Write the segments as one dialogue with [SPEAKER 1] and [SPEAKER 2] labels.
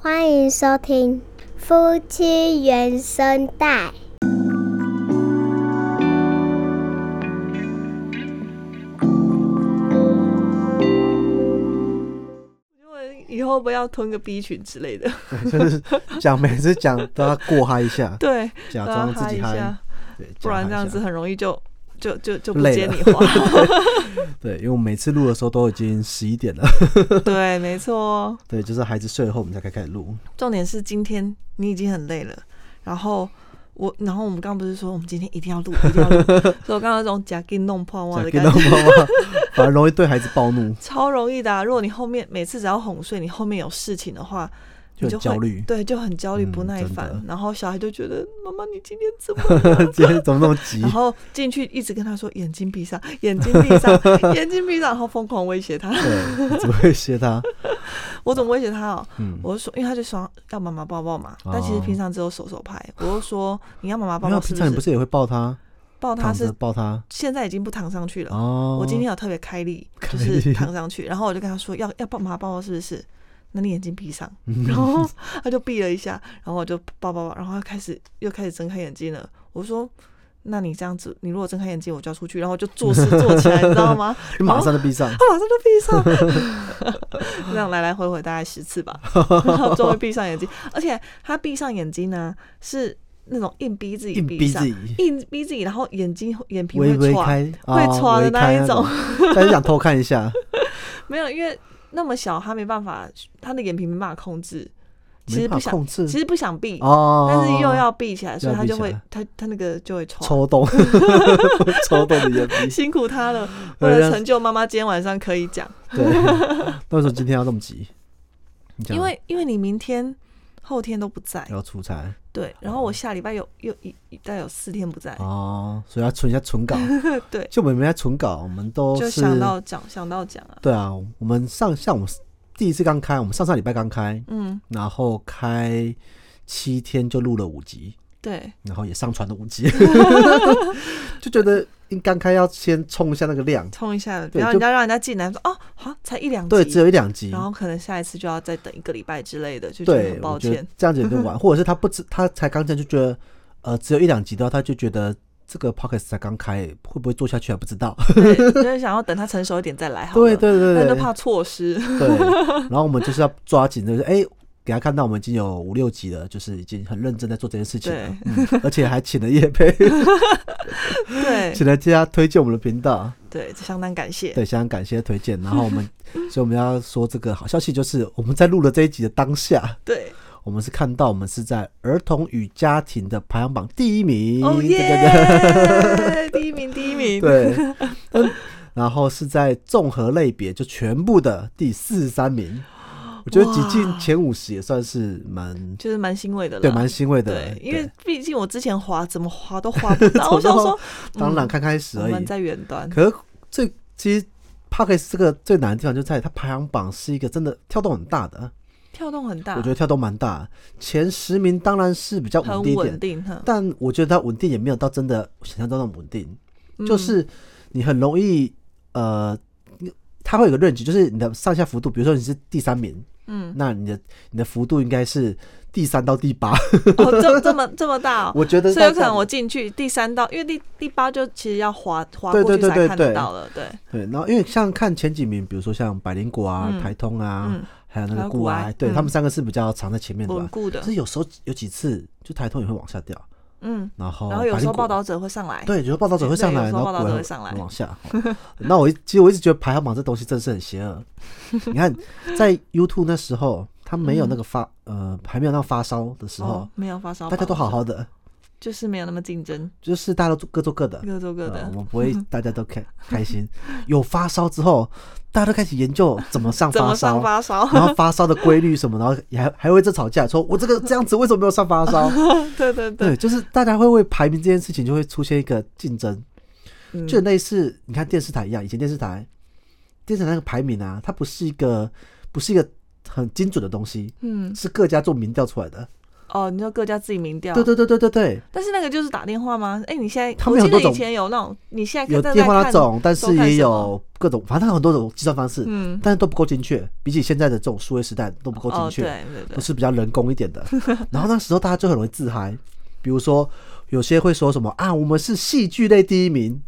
[SPEAKER 1] 欢迎收听夫妻原声带。
[SPEAKER 2] 因为以后不要吞个 B 群之类 的，，
[SPEAKER 3] 就是 讲每次讲都要过嗨一下
[SPEAKER 2] 对，
[SPEAKER 3] 假
[SPEAKER 2] 都要
[SPEAKER 3] 装自己
[SPEAKER 2] 嗨一
[SPEAKER 3] 嗨
[SPEAKER 2] 下，，
[SPEAKER 3] 对，
[SPEAKER 2] 不然这
[SPEAKER 3] 假
[SPEAKER 2] 样子
[SPEAKER 3] 嗨一下
[SPEAKER 2] 很容易就就就就不
[SPEAKER 3] 累
[SPEAKER 2] 接
[SPEAKER 3] 了
[SPEAKER 2] 你 话。
[SPEAKER 3] 对，因为我们每次录的时候都已经十一点了，
[SPEAKER 2] 对，没错。
[SPEAKER 3] 对，就是孩子睡后我们才开始录，
[SPEAKER 2] 重点是今天你已经很累了，然后我，然后我们刚刚不是说我们今天一定要录，一定要 录，所以我刚刚有种假给弄破哇
[SPEAKER 3] 才
[SPEAKER 2] 的
[SPEAKER 3] 跟
[SPEAKER 2] 感
[SPEAKER 3] 到
[SPEAKER 2] 觉，
[SPEAKER 3] 妈妈， 反而容易对孩子暴怒，
[SPEAKER 2] 超容易的、啊。如果你后面每次只要哄睡，你后面有事情的话。你
[SPEAKER 3] 就很
[SPEAKER 2] 就会
[SPEAKER 3] 焦虑
[SPEAKER 2] 对，就很焦虑，
[SPEAKER 3] 嗯
[SPEAKER 2] 不耐
[SPEAKER 3] 真的
[SPEAKER 2] 烦，然后小孩就觉得妈妈你今天怎么
[SPEAKER 3] 今天怎么那么急
[SPEAKER 2] 然？后进去一直跟他说眼睛闭上，眼睛闭 上，眼睛闭上，然后疯狂威胁他。
[SPEAKER 3] 对，怎么会谢他？
[SPEAKER 2] 我怎么威胁他哦？
[SPEAKER 3] 嗯，
[SPEAKER 2] 我就说，因为他就说要妈妈抱抱嘛，但其实
[SPEAKER 3] 哦
[SPEAKER 2] 平常只有手手拍。我就说你要妈妈抱
[SPEAKER 3] 没有，
[SPEAKER 2] 抱是
[SPEAKER 3] 平
[SPEAKER 2] 不
[SPEAKER 3] 常
[SPEAKER 2] 是？
[SPEAKER 3] 你不是也会抱他，
[SPEAKER 2] 抱他
[SPEAKER 3] 躺着
[SPEAKER 2] 是
[SPEAKER 3] 抱他
[SPEAKER 2] 现在已经不躺上去了。
[SPEAKER 3] 哦。
[SPEAKER 2] 我今天有特别开力，
[SPEAKER 3] 开
[SPEAKER 2] 就
[SPEAKER 3] 力
[SPEAKER 2] 是躺上去，然后我就跟他说要要抱妈妈抱抱是不是？那你眼睛闭 上，然后他就闭了一下，然后我就抱抱抱，然后他开始又开始睁开眼睛了。我说。那你这样子，你如果睁开眼睛，我就要出去，然后我就做事做起来，你知道吗？
[SPEAKER 3] 你马上就闭上，
[SPEAKER 2] 他马上啊就闭上， 这样来来回回大概十次吧，然后终于闭上眼睛。而且他闭上眼睛呢，是那种硬逼自己
[SPEAKER 3] 硬
[SPEAKER 2] 闭
[SPEAKER 3] 逼
[SPEAKER 2] 上
[SPEAKER 3] 自，己。
[SPEAKER 2] 硬逼自己，然后眼睛眼皮
[SPEAKER 3] 微
[SPEAKER 2] 会
[SPEAKER 3] 微
[SPEAKER 2] 喘，
[SPEAKER 3] 开，啊
[SPEAKER 2] 会喘的
[SPEAKER 3] 微开
[SPEAKER 2] 那一种
[SPEAKER 3] 种，但是想偷看一下，
[SPEAKER 2] 没有，因为那么小，他没办法，他的眼皮没办法控制， 其实
[SPEAKER 3] 没
[SPEAKER 2] 不
[SPEAKER 3] 办法
[SPEAKER 2] 想，
[SPEAKER 3] 控制
[SPEAKER 2] 其实不想闭，
[SPEAKER 3] 哦，
[SPEAKER 2] 但是又要闭起来，所以
[SPEAKER 3] 又要
[SPEAKER 2] 他
[SPEAKER 3] 闭
[SPEAKER 2] 就
[SPEAKER 3] 起
[SPEAKER 2] 会
[SPEAKER 3] 来，
[SPEAKER 2] 他他那个就会喘。
[SPEAKER 3] 抽动，抽动的眼皮。
[SPEAKER 2] 辛苦他 了，
[SPEAKER 3] 对啊
[SPEAKER 2] 为了
[SPEAKER 3] 让
[SPEAKER 2] 成就妈妈今天晚上可以讲，
[SPEAKER 3] 对，到时候今天要这么急，你讲
[SPEAKER 2] 因为因为你明天、后天都不在，
[SPEAKER 3] 要出差
[SPEAKER 2] 对，然后我下礼拜有又一一大概有四天不在，
[SPEAKER 3] 哦，所以要存一下存稿。
[SPEAKER 2] 对，
[SPEAKER 3] 就我们没在存稿，我们都
[SPEAKER 2] 就是想到讲想到讲啊，
[SPEAKER 3] 对啊，我们上像我们第一次刚开，我们上上礼拜刚开，
[SPEAKER 2] 嗯，
[SPEAKER 3] 然后开七天就录了五集，
[SPEAKER 2] 对，
[SPEAKER 3] 然后也上传了五 集， 就觉得应刚开要先冲一下那个量，
[SPEAKER 2] 冲一下，不
[SPEAKER 3] 对
[SPEAKER 2] 要
[SPEAKER 3] 就
[SPEAKER 2] 人家让人家进来说哦，好，才一两
[SPEAKER 3] 对，只
[SPEAKER 2] 集，
[SPEAKER 3] 有一两集
[SPEAKER 2] 然。后可能下一次就要再等一个礼拜之类的，就觉得
[SPEAKER 3] 对
[SPEAKER 2] 很，抱
[SPEAKER 3] 我觉得
[SPEAKER 2] 歉，
[SPEAKER 3] 这样子有 点晚，或者是他不知他才刚进就觉得，呃，只有一两集的话，他就觉得这个 p o c k e t 才刚开，会不会做下去还不知道。
[SPEAKER 2] 对，就是想要等他成熟一点再来好了，
[SPEAKER 3] 对对对
[SPEAKER 2] 但
[SPEAKER 3] 对
[SPEAKER 2] 都怕错 失，
[SPEAKER 3] 对，然后我们就是要抓紧，就是哎、给他看到我们已经有五六集了，就是已经很认真在做这件事情了，嗯、而且还请了 叶佩，
[SPEAKER 2] 对
[SPEAKER 3] 请了大家推荐我们的频道，
[SPEAKER 2] 对，相当感谢，
[SPEAKER 3] 对，非常感谢推荐。然后我们，所以我们要说这个好消息就是，我们在录了这一集的当下，
[SPEAKER 2] 对，
[SPEAKER 3] 我们是看到我们是在儿童与家庭的排行榜第一名，
[SPEAKER 2] 哦
[SPEAKER 3] 对对
[SPEAKER 2] 耶，第一名，第一名，
[SPEAKER 3] 对对，嗯然后是在综合类别就全部的第四十三名。我觉得挤进
[SPEAKER 2] 哇
[SPEAKER 3] 前五十也算是蛮
[SPEAKER 2] 就是蛮欣慰的了，
[SPEAKER 3] 对，蛮欣慰的
[SPEAKER 2] 对，。因为毕竟我之前滑怎么滑都滑 不到，我想
[SPEAKER 3] 走到
[SPEAKER 2] 说，
[SPEAKER 3] 对当然
[SPEAKER 2] 嗯
[SPEAKER 3] 刚开始
[SPEAKER 2] 我
[SPEAKER 3] 而
[SPEAKER 2] 们
[SPEAKER 3] 已，
[SPEAKER 2] 在远端，
[SPEAKER 3] 可是最其实 p a c k e s 这个最难的地方就在于它排行榜是一个真的跳动很大的，
[SPEAKER 2] 跳动很大，
[SPEAKER 3] 我觉得跳动蛮大。前十名当然是比较稳
[SPEAKER 2] 很
[SPEAKER 3] 定一
[SPEAKER 2] 稳
[SPEAKER 3] 点，
[SPEAKER 2] 定哈，
[SPEAKER 3] 但我觉得它稳定也没有到真的想象中那么稳定，
[SPEAKER 2] 嗯
[SPEAKER 3] 就是你很容易呃。它会有个 range，就是你的上下幅度，比如说你是第三名，
[SPEAKER 2] 嗯，
[SPEAKER 3] 那你的你的幅度应该是第三到第八。
[SPEAKER 2] 哦，这这么这么大、哦，
[SPEAKER 3] 我觉得
[SPEAKER 2] 所以有
[SPEAKER 3] 大
[SPEAKER 2] 可
[SPEAKER 3] 概
[SPEAKER 2] 能我进去第三道，因为第第八就其实要滑滑
[SPEAKER 3] 对
[SPEAKER 2] 过去
[SPEAKER 3] 对对
[SPEAKER 2] 才看得
[SPEAKER 3] 对啊
[SPEAKER 2] 到了，对，
[SPEAKER 3] 对，然后因为像看前几名，比如说像百灵果啊、
[SPEAKER 2] 嗯
[SPEAKER 3] 台通啊，
[SPEAKER 2] 嗯，
[SPEAKER 3] 还有那
[SPEAKER 2] 还有
[SPEAKER 3] 个
[SPEAKER 2] 古
[SPEAKER 3] 固
[SPEAKER 2] 埃
[SPEAKER 3] 埃，对、
[SPEAKER 2] 嗯
[SPEAKER 3] 他们三个是比较藏在前面的
[SPEAKER 2] 稳
[SPEAKER 3] 吧。
[SPEAKER 2] 固的
[SPEAKER 3] 可，是有时候有几次就台通也会往下掉，
[SPEAKER 2] 嗯，
[SPEAKER 3] 然后
[SPEAKER 2] 然后有时候
[SPEAKER 3] 百
[SPEAKER 2] 报
[SPEAKER 3] 灵哦果
[SPEAKER 2] 道者会上来，
[SPEAKER 3] 对，有时候报道者会上
[SPEAKER 2] 对
[SPEAKER 3] 来，
[SPEAKER 2] 有
[SPEAKER 3] 然
[SPEAKER 2] 时候
[SPEAKER 3] 后
[SPEAKER 2] 报道者
[SPEAKER 3] 古埃
[SPEAKER 2] 会上来
[SPEAKER 3] 往下。哦 那我一其实我一直觉得排行榜这东西真的是很邪恶。你看，在 YouTube 那时候，他没有那个发、呃还没有那个发烧的时候
[SPEAKER 2] 嗯哦，，没有发烧榜，
[SPEAKER 3] 大家都好好的，
[SPEAKER 2] 就是没有那么竞争，
[SPEAKER 3] 就是大家都做各做各的。
[SPEAKER 2] 各做各
[SPEAKER 3] 呃
[SPEAKER 2] 的
[SPEAKER 3] 我，们 不会大家都开开心。有发烧之后，大家都开始研究怎么上
[SPEAKER 2] 怎
[SPEAKER 3] 发
[SPEAKER 2] 么
[SPEAKER 3] 烧
[SPEAKER 2] 上，发烧？
[SPEAKER 3] 然后发烧的规律什么，然后也还还会在吵架，说我这个这样子为什么没有上发 烧？
[SPEAKER 2] 对对对
[SPEAKER 3] 对，，就是大家会为排名这件事情就会出现一个竞争，
[SPEAKER 2] 嗯
[SPEAKER 3] 就类似你看电视台一样，以前电视台电视台那个排名啊，它不是一个不是一个很精准的东西，
[SPEAKER 2] 嗯，
[SPEAKER 3] 是各家做民调出来的，
[SPEAKER 2] 哦，你说各家自己民调，
[SPEAKER 3] 对对对对对对，
[SPEAKER 2] 但是那个就是打电话吗？哎、你现在
[SPEAKER 3] 他
[SPEAKER 2] 我
[SPEAKER 3] 们有
[SPEAKER 2] 记
[SPEAKER 3] 很多
[SPEAKER 2] 得
[SPEAKER 3] 种
[SPEAKER 2] 以前有那种，你现在
[SPEAKER 3] 有
[SPEAKER 2] 在
[SPEAKER 3] 电话那
[SPEAKER 2] 看，
[SPEAKER 3] 种，但是
[SPEAKER 2] 收看
[SPEAKER 3] 也
[SPEAKER 2] 什
[SPEAKER 3] 有各种，反正它很多种计算方式，
[SPEAKER 2] 嗯，
[SPEAKER 3] 但是都不够精确，比起现在的这种数位时代都不够精
[SPEAKER 2] 哦，
[SPEAKER 3] 确。
[SPEAKER 2] 对对
[SPEAKER 3] 都
[SPEAKER 2] 对，
[SPEAKER 3] 是比较人工一点 的。然后那时候大家就很容易自嗨，比如说有些会说什么啊，我们是戏剧类第一名，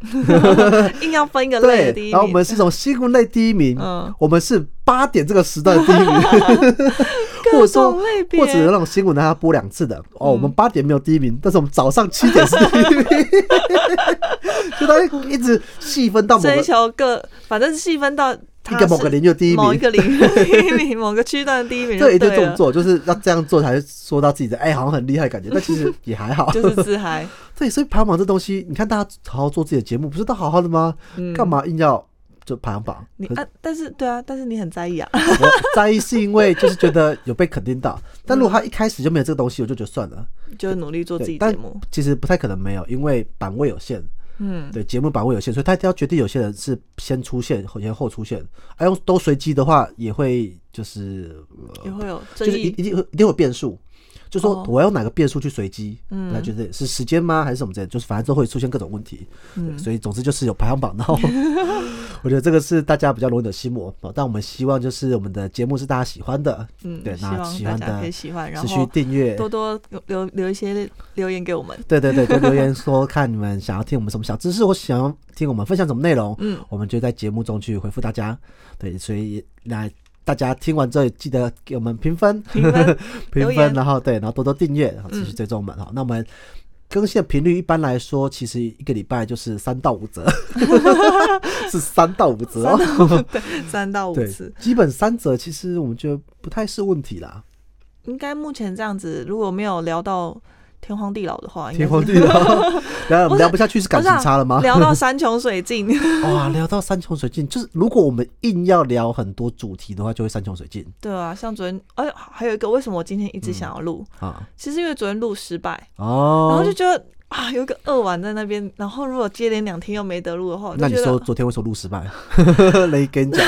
[SPEAKER 2] 硬要分一个类的第
[SPEAKER 3] 对，
[SPEAKER 2] 一
[SPEAKER 3] 然后我
[SPEAKER 2] 名
[SPEAKER 3] 们是什么新闻类第一名，
[SPEAKER 2] 嗯
[SPEAKER 3] 我们是八点这个时段的第一名， 或者
[SPEAKER 2] 各
[SPEAKER 3] 说
[SPEAKER 2] 种类别，嗯
[SPEAKER 3] 或者有那种新闻让他播两次的，哦，我们八点没有第一名，但是我们早上七点是第一 名，就他会一直细分啊到某
[SPEAKER 2] 追
[SPEAKER 3] 个
[SPEAKER 2] 求各，反正细分到
[SPEAKER 3] 一
[SPEAKER 2] 他
[SPEAKER 3] 个某个领域的第一
[SPEAKER 2] 某一
[SPEAKER 3] 名。
[SPEAKER 2] 个领域的第一名，某个区段的第一 名就
[SPEAKER 3] 这
[SPEAKER 2] 对了，
[SPEAKER 3] 也就是这么做，就是要这样做才说到自己的，哎、好像很厉害的感觉， 但其实也还好，
[SPEAKER 2] 就是自嗨，
[SPEAKER 3] 对，所以排行榜这东西，你看大家好好做自己的节目，不是都好好的吗？
[SPEAKER 2] 嗯
[SPEAKER 3] 干、嘛硬要就排行榜？
[SPEAKER 2] 你
[SPEAKER 3] 可是
[SPEAKER 2] 啊，但是对啊，但是你很在意啊，
[SPEAKER 3] 我在意是因为就是觉得有被肯定到，但如果他一开始就没有这个东西，我就觉得算了。
[SPEAKER 2] 就努嗯力做自
[SPEAKER 3] 对，
[SPEAKER 2] 己
[SPEAKER 3] 但
[SPEAKER 2] 节目，
[SPEAKER 3] 其实不太可能没有，因为版位有限，
[SPEAKER 2] 嗯，
[SPEAKER 3] 对节目版位有限，所以他一定要决定有些人是先出现，有些人后出现。哎，用都随机的话，也会就是、呃
[SPEAKER 2] 也会有
[SPEAKER 3] 就
[SPEAKER 2] 争
[SPEAKER 3] 是一
[SPEAKER 2] 议，
[SPEAKER 3] 一定会一定会有变数。就说
[SPEAKER 2] 哦
[SPEAKER 3] 我要用哪个变数去随机，
[SPEAKER 2] 嗯
[SPEAKER 3] 来决定是时间吗，还是什么之类的，就是反正都会出现各种问题。
[SPEAKER 2] 嗯，
[SPEAKER 3] 所以总之就是有排行 榜，然后我觉得这个是大家比较容易的心魔啊。但我们希望就是我们的节目是大家喜欢的，
[SPEAKER 2] 嗯
[SPEAKER 3] 对，
[SPEAKER 2] 希
[SPEAKER 3] 那喜
[SPEAKER 2] 望大家
[SPEAKER 3] 欢
[SPEAKER 2] 可
[SPEAKER 3] 的
[SPEAKER 2] 以喜欢，然
[SPEAKER 3] 持续
[SPEAKER 2] 后
[SPEAKER 3] 订阅，
[SPEAKER 2] 多多留留一些留言给我们，
[SPEAKER 3] 对对对，多留言说看你们想要听我们什么小知识，或想要听我们分享什么内容，
[SPEAKER 2] 嗯，
[SPEAKER 3] 我们就在节目中去回复大家。对，所以那大家听完之后也记得给我们评分，
[SPEAKER 2] 评分
[SPEAKER 3] 评
[SPEAKER 2] 留
[SPEAKER 3] 分，
[SPEAKER 2] 言
[SPEAKER 3] 然后对，然后多多订阅，然后持续
[SPEAKER 2] 嗯
[SPEAKER 3] 追踪我们。好，那我们更新的频率一般来说，其实一个礼拜就是三到五 折，是三到五折哦。
[SPEAKER 2] 三到五
[SPEAKER 3] 对
[SPEAKER 2] 次，，
[SPEAKER 3] 基本三折，其实我们觉得不太是问题啦。
[SPEAKER 2] 应该目前这样子，如果没有聊到天荒地老的话，应该是
[SPEAKER 3] 天荒 地老，然后我
[SPEAKER 2] 不
[SPEAKER 3] 们
[SPEAKER 2] 是
[SPEAKER 3] 聊不下去是感情差了吗？
[SPEAKER 2] 聊到山穷水尽，
[SPEAKER 3] 哇，聊到山穷水尽，就是如果我们硬要聊很多主题的话，就会山穷水尽
[SPEAKER 2] 对啊，像昨天，哎，还有一个，为什么我今天一直想要录？
[SPEAKER 3] 啊。
[SPEAKER 2] 其实因为昨天录失败，
[SPEAKER 3] 哦，
[SPEAKER 2] 然后就觉得、啊，有一个二完在那边，然后如果接连两天又没得录的话，我就
[SPEAKER 3] 那你
[SPEAKER 2] 觉
[SPEAKER 3] 说
[SPEAKER 2] 得
[SPEAKER 3] 昨天为什么录 失败？雷跟你讲，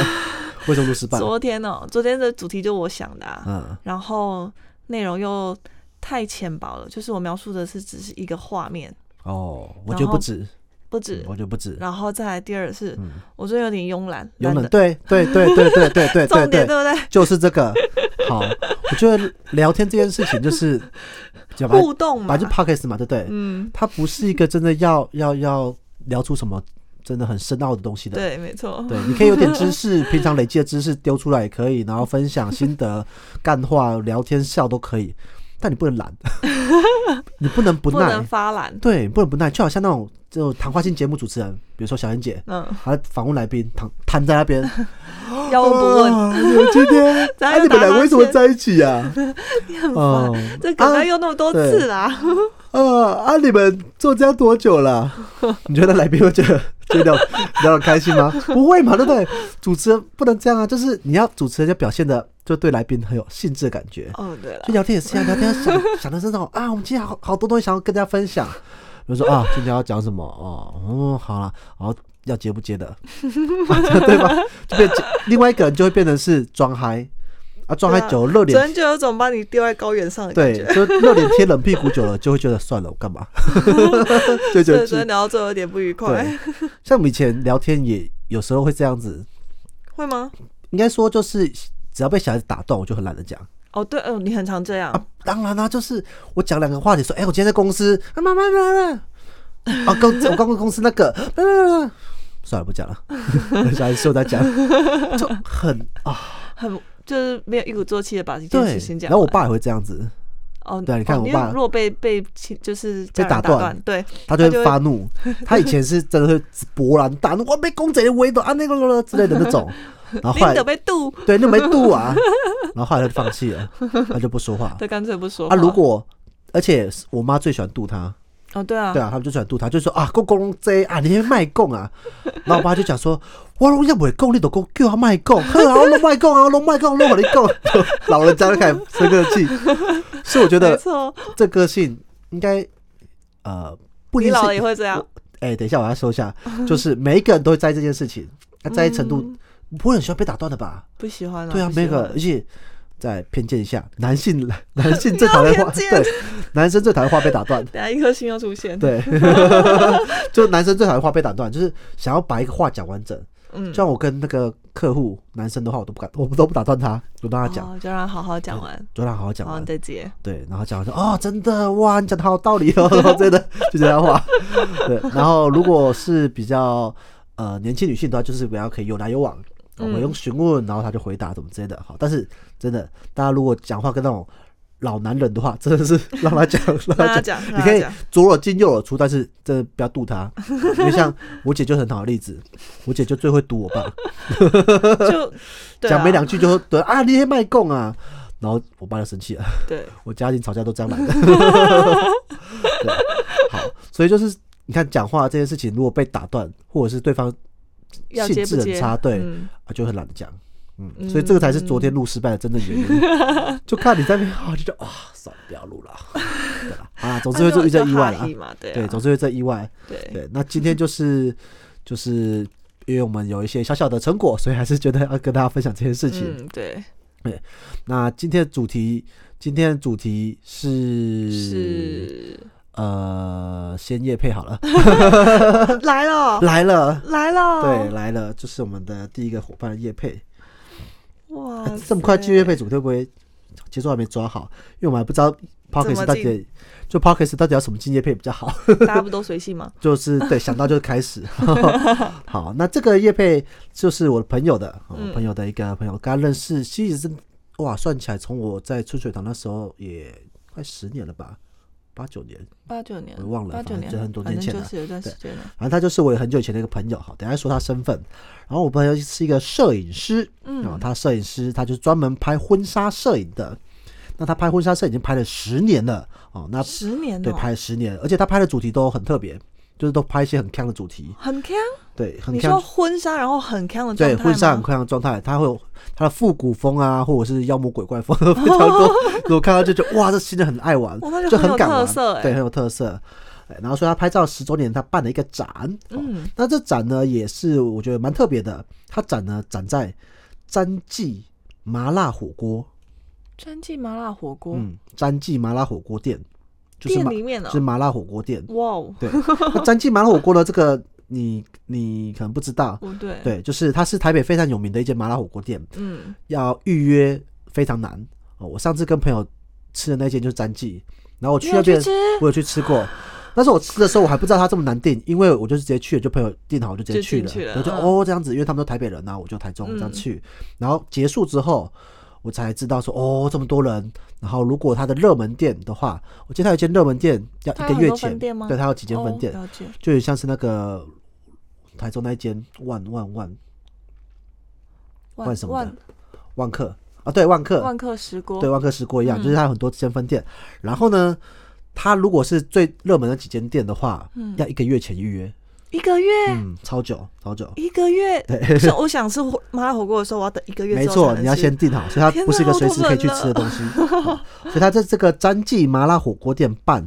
[SPEAKER 3] 为什么录失败？
[SPEAKER 2] 昨天哦，昨天的主题就我想的、啊，
[SPEAKER 3] 嗯
[SPEAKER 2] 然后内容又太浅薄了，就是我描述的是只是一个画面，
[SPEAKER 3] 哦，我
[SPEAKER 2] 然
[SPEAKER 3] 觉得不
[SPEAKER 2] 后
[SPEAKER 3] 止，
[SPEAKER 2] 不止
[SPEAKER 3] 嗯。我觉得不止。
[SPEAKER 2] 然后再来第二是，
[SPEAKER 3] 嗯，
[SPEAKER 2] 我最近有点慵懒，
[SPEAKER 3] 有
[SPEAKER 2] 懒
[SPEAKER 3] 冷，
[SPEAKER 2] 得
[SPEAKER 3] 对对对对对对对
[SPEAKER 2] 重
[SPEAKER 3] 对
[SPEAKER 2] 点对
[SPEAKER 3] 对，
[SPEAKER 2] 不对？
[SPEAKER 3] 就是这个。好，我觉得聊天这件事情 就是，就把
[SPEAKER 2] 互动嘛
[SPEAKER 3] 反，正就 podcast 嘛，对不对？
[SPEAKER 2] 嗯，
[SPEAKER 3] 它不是一个真的 要要要聊出什么真的很深奥的东西的。
[SPEAKER 2] 对，没错，
[SPEAKER 3] 对，你可以有点知识， 平常累积的知识丢出来也可以，然后分享 心得、干话、聊天、笑都可以，但你不能 懒，你不能不
[SPEAKER 2] 不
[SPEAKER 3] 耐
[SPEAKER 2] 能，发懒，
[SPEAKER 3] 对，不能不耐，就好像那种就谈话性节目主持人，比如说小燕姐，
[SPEAKER 2] 嗯，
[SPEAKER 3] 她访问来宾，躺瘫在那边，
[SPEAKER 2] 要问不问？
[SPEAKER 3] 啊你们今天，
[SPEAKER 2] 在那
[SPEAKER 3] 哎，你们
[SPEAKER 2] 打
[SPEAKER 3] 俩
[SPEAKER 2] 哈
[SPEAKER 3] 为什么
[SPEAKER 2] 欠
[SPEAKER 3] 在一起啊？
[SPEAKER 2] 你很烦
[SPEAKER 3] 哦，
[SPEAKER 2] 这梗
[SPEAKER 3] 啊
[SPEAKER 2] 概用那么多次啦，
[SPEAKER 3] 呃啊，你们做这样多久了？ 你觉得来宾会觉得觉得聊聊得开心吗？不会嘛，对不对？主持人不能这样啊，就是你要主持人要表现的就对来宾很有兴致的感觉。
[SPEAKER 2] 哦，对了
[SPEAKER 3] 就，聊天也是一样，聊天 要想想的是那种啊，我们今天好好多东西想要跟大家分享，比如 说啊，今天要讲什么哦，嗯，好了，然后要接不接的， 对吧？就变另外一个人就会变成是装嗨啊，装嗨
[SPEAKER 2] 对啊
[SPEAKER 3] 久了热
[SPEAKER 2] 昨
[SPEAKER 3] 脸
[SPEAKER 2] 天就有种把你丢在高原上的感
[SPEAKER 3] 对
[SPEAKER 2] 觉。，
[SPEAKER 3] 就热脸贴冷屁股久了，就会觉得算了，我 干嘛？
[SPEAKER 2] 所
[SPEAKER 3] 就觉
[SPEAKER 2] 以
[SPEAKER 3] 得
[SPEAKER 2] 昨
[SPEAKER 3] 是
[SPEAKER 2] 天聊到最后有点不愉快，
[SPEAKER 3] 对。像我们以前聊天也有时候会这样子，
[SPEAKER 2] 会吗？
[SPEAKER 3] 应该说就是只要被小孩子打断，我就很懒得讲。
[SPEAKER 2] 哦，对，嗯、你很常这样，
[SPEAKER 3] 啊，当然啦、就是我讲两个话题，说，哎、我今天在公司，啊，妈妈妈妈，啊，公我刚刚公司那个，妈妈妈妈，算了，不讲了， 小孩子我在讲，就很啊，
[SPEAKER 2] 很就是没有一鼓作气的把一件
[SPEAKER 3] 对
[SPEAKER 2] 事情。讲完。
[SPEAKER 3] 然后我爸也会这样子，
[SPEAKER 2] 哦，
[SPEAKER 3] 对啊你看
[SPEAKER 2] 哦
[SPEAKER 3] 我
[SPEAKER 2] 因为
[SPEAKER 3] 爸
[SPEAKER 2] 如果被被亲就是家
[SPEAKER 3] 被
[SPEAKER 2] 人打
[SPEAKER 3] 打断
[SPEAKER 2] 对，
[SPEAKER 3] 他就
[SPEAKER 2] 他就
[SPEAKER 3] 会
[SPEAKER 2] 会
[SPEAKER 3] 发怒。他以前是真的会勃然大怒，我被公贼围的啊，那个那个之类的那种。然后后
[SPEAKER 2] 拎
[SPEAKER 3] 来
[SPEAKER 2] 着被度，
[SPEAKER 3] 对，那没度啊，然后后来他就放弃了，他就不说 话。
[SPEAKER 2] 他干脆不说话。
[SPEAKER 3] 啊，如果而且我妈最喜欢度他，
[SPEAKER 2] 哦，对啊，
[SPEAKER 3] 对啊，他们就喜欢度他，就说啊，公公这啊，你那边卖供啊。然后我爸就讲说，我拢要卖供，你都讲叫他卖供，呵啊，我拢卖供啊，我拢卖供，我拢和你供。就老人家就开始生个气，所以我觉
[SPEAKER 2] 没
[SPEAKER 3] 得
[SPEAKER 2] 错，
[SPEAKER 3] 这个性应该呃不一
[SPEAKER 2] 你
[SPEAKER 3] 定
[SPEAKER 2] 老
[SPEAKER 3] 是
[SPEAKER 2] 了也会这样，
[SPEAKER 3] 哎、等一下，我要说一下，就是每一个人都会在意这件事情，那在意程度
[SPEAKER 2] 嗯
[SPEAKER 3] 不会很喜欢被打断的吧？
[SPEAKER 2] 不喜欢了。
[SPEAKER 3] 对啊，
[SPEAKER 2] 不喜
[SPEAKER 3] 每
[SPEAKER 2] 欢
[SPEAKER 3] 个而且再偏见一下，男性 男性最讨厌话，
[SPEAKER 2] 偏见
[SPEAKER 3] 对，男生最讨厌话被打断，
[SPEAKER 2] 等下一颗星要出现。，
[SPEAKER 3] 对， 就男生最讨厌话被打断，就是想要把一个话讲完整。
[SPEAKER 2] 嗯
[SPEAKER 3] 就，像我跟那个客户男生的话，我都不敢，我们都不打断他，我让他讲，
[SPEAKER 2] 哦，就哦让他好好讲完，
[SPEAKER 3] 就让他好好讲
[SPEAKER 2] 然后
[SPEAKER 3] 完
[SPEAKER 2] 你。再接。
[SPEAKER 3] 对，然后讲完说哦，真的哇，你讲的好有道理哦， 然后真的就这样话。对，然后如果是比较呃年轻女性的话，就是比较可以有来有往，我
[SPEAKER 2] 嗯
[SPEAKER 3] 们用询问，然后她就回答怎么之类的。好，但是真的，大家如果讲话跟那种老男人的话，真的是 让他讲，让
[SPEAKER 2] 让
[SPEAKER 3] 他
[SPEAKER 2] 他
[SPEAKER 3] 讲。
[SPEAKER 2] 讲，
[SPEAKER 3] 你
[SPEAKER 2] 让
[SPEAKER 3] 可
[SPEAKER 2] 他
[SPEAKER 3] 以
[SPEAKER 2] 讲。
[SPEAKER 3] 左耳进右耳出，但是真的不要 渡他，因为像我姐就很好的例子，我姐就最会堵我爸，
[SPEAKER 2] 就对
[SPEAKER 3] 讲
[SPEAKER 2] 啊
[SPEAKER 3] 没两句就说对啊，你也卖供啊，然后我爸就生气了。
[SPEAKER 2] 对，
[SPEAKER 3] 我家庭吵架都这样来 的。对，好，所以就是你看讲话这件事情，如果被打断，或者是对方
[SPEAKER 2] 要
[SPEAKER 3] 兴
[SPEAKER 2] 接
[SPEAKER 3] 致
[SPEAKER 2] 不
[SPEAKER 3] 很
[SPEAKER 2] 接？
[SPEAKER 3] 差，对、
[SPEAKER 2] 嗯
[SPEAKER 3] 啊，就很懒得讲。嗯，所以这个才是昨天录失败的真正原因， 就看你在那边啊，就觉得啊，算了，不要录了，对吧？啊，总是会
[SPEAKER 2] 啊就
[SPEAKER 3] 遇到
[SPEAKER 2] 就
[SPEAKER 3] 意外
[SPEAKER 2] 哈
[SPEAKER 3] 啦
[SPEAKER 2] 希，嘛，对
[SPEAKER 3] 对，
[SPEAKER 2] 啊
[SPEAKER 3] 总是会这意外。
[SPEAKER 2] 对
[SPEAKER 3] 对，那今 天就是就是因为我们有一些小小的成果，所以还是觉得要跟大家分享这件事情。
[SPEAKER 2] 嗯对，
[SPEAKER 3] 那今天的主题，今天的主题是
[SPEAKER 2] 是
[SPEAKER 3] 呃，先叶配 好了，
[SPEAKER 2] 来了，
[SPEAKER 3] 来了，
[SPEAKER 2] 来了，
[SPEAKER 3] 对，，来了，就是我们的第一个伙伴叶配。
[SPEAKER 2] 哇
[SPEAKER 3] 哎
[SPEAKER 2] 塞，
[SPEAKER 3] 这么快进叶配组会不会节奏还没抓好？因为我们还不知道 p o c k
[SPEAKER 2] 怎
[SPEAKER 3] e t
[SPEAKER 2] 么
[SPEAKER 3] 到底就 p o c k e t 到底要什么进叶配比较好，
[SPEAKER 2] 大家不都随性 吗？
[SPEAKER 3] 就是对，想到就 开始。好，那这个叶配就是我朋友的，哦我
[SPEAKER 2] 嗯
[SPEAKER 3] 朋友的一个朋友，跟他认识，其实是哇，算起来从我在春水堂那时候也快十年了吧，八九年。
[SPEAKER 2] 八九年，
[SPEAKER 3] 我忘了
[SPEAKER 2] 八九
[SPEAKER 3] 反正
[SPEAKER 2] 年
[SPEAKER 3] 就很多
[SPEAKER 2] 反
[SPEAKER 3] 年
[SPEAKER 2] 正
[SPEAKER 3] 前
[SPEAKER 2] 就
[SPEAKER 3] 了
[SPEAKER 2] 是有一段时
[SPEAKER 3] 对
[SPEAKER 2] 间了。
[SPEAKER 3] 反正他就是我很久以前的一个朋友，好，等一下说他身份。然后我朋友是一个摄影师，
[SPEAKER 2] 嗯
[SPEAKER 3] 啊、他摄影师，他就是专门拍婚纱摄影的。那他拍婚纱摄影已经拍了十年了，哦，那
[SPEAKER 2] 十年哦
[SPEAKER 3] 对拍了十年，而且他拍的主题都很特别，就是都拍一些很康的主题，
[SPEAKER 2] 很强，
[SPEAKER 3] 对，很
[SPEAKER 2] 你说
[SPEAKER 3] 康，
[SPEAKER 2] 婚纱然后很强的状
[SPEAKER 3] 对
[SPEAKER 2] 态
[SPEAKER 3] 婚纱很
[SPEAKER 2] 吗
[SPEAKER 3] 康的状态，他会有他的复古风啊，或者是妖魔鬼怪风非常多， 我看到就觉得哇，这新人很爱玩
[SPEAKER 2] 哇那，就
[SPEAKER 3] 就
[SPEAKER 2] 很有
[SPEAKER 3] 敢
[SPEAKER 2] 特
[SPEAKER 3] 玩，
[SPEAKER 2] 色欸
[SPEAKER 3] 对，很有特色。哎然后说他拍照十周年，他办了一个展，哦
[SPEAKER 2] 嗯，
[SPEAKER 3] 那这展呢，也是我觉得蛮特别的。它展呢展在詹记麻辣火锅，
[SPEAKER 2] 川记麻辣火锅
[SPEAKER 3] 嗯，詹记麻辣火锅店，就是
[SPEAKER 2] 哦店
[SPEAKER 3] 麻
[SPEAKER 2] 里面呢哦
[SPEAKER 3] 就，是麻辣火 锅店。
[SPEAKER 2] 哇哦，
[SPEAKER 3] 对，那詹记麻辣火锅呢，这个你你可能不知道，
[SPEAKER 2] 不哦对，，
[SPEAKER 3] 对，就是它是台北非常有名的一间麻辣火锅店，
[SPEAKER 2] 嗯，
[SPEAKER 3] 要预约非常难哦。我上次跟朋友吃的那间就是詹记，然后我去
[SPEAKER 2] 你
[SPEAKER 3] 那
[SPEAKER 2] 有
[SPEAKER 3] 边
[SPEAKER 2] 去吃？
[SPEAKER 3] 我有去吃过。但是我吃的时候，我还不知道它这么难订，因为我就是直接去了，就朋友订好，我就直接
[SPEAKER 2] 就
[SPEAKER 3] 去
[SPEAKER 2] 进
[SPEAKER 3] 了。
[SPEAKER 2] 去了
[SPEAKER 3] 然后就、
[SPEAKER 2] 嗯
[SPEAKER 3] 哦这样子，因为他们都台北人呐、我就台中这样
[SPEAKER 2] 嗯
[SPEAKER 3] 去。然后结束之后，我才知道说哦这么多人。然后如果它的热门店的话，我记得它有一间热门店要
[SPEAKER 2] 它有
[SPEAKER 3] 一个
[SPEAKER 2] 哦很
[SPEAKER 3] 月
[SPEAKER 2] 多分
[SPEAKER 3] 前，
[SPEAKER 2] 店吗
[SPEAKER 3] 对，它有几间分店，
[SPEAKER 2] 哦了解，
[SPEAKER 3] 就有点像是那个台中那一间万万万万
[SPEAKER 2] 万
[SPEAKER 3] 什么的
[SPEAKER 2] 万
[SPEAKER 3] 万客啊，对万客
[SPEAKER 2] 万客石锅，
[SPEAKER 3] 对，万科石锅一样，就是
[SPEAKER 2] 嗯
[SPEAKER 3] 它有很多间分店。然后呢，它如果是最热门的几间店的话，
[SPEAKER 2] 嗯哎
[SPEAKER 3] 要一个月前预约，
[SPEAKER 2] 一个月，
[SPEAKER 3] 嗯，超久，超久。
[SPEAKER 2] 一个月，像我想吃火麻辣火锅的时候，我要等一个月
[SPEAKER 3] 没
[SPEAKER 2] 之后才
[SPEAKER 3] 错，
[SPEAKER 2] 能
[SPEAKER 3] 你要
[SPEAKER 2] 吃
[SPEAKER 3] 先订好，所以它
[SPEAKER 2] 天
[SPEAKER 3] 不是一
[SPEAKER 2] 哪
[SPEAKER 3] 个
[SPEAKER 2] 好
[SPEAKER 3] 随
[SPEAKER 2] 多
[SPEAKER 3] 时可以
[SPEAKER 2] 人
[SPEAKER 3] 去
[SPEAKER 2] 了
[SPEAKER 3] 吃的东西。好所以它在这个詹记麻辣火锅店办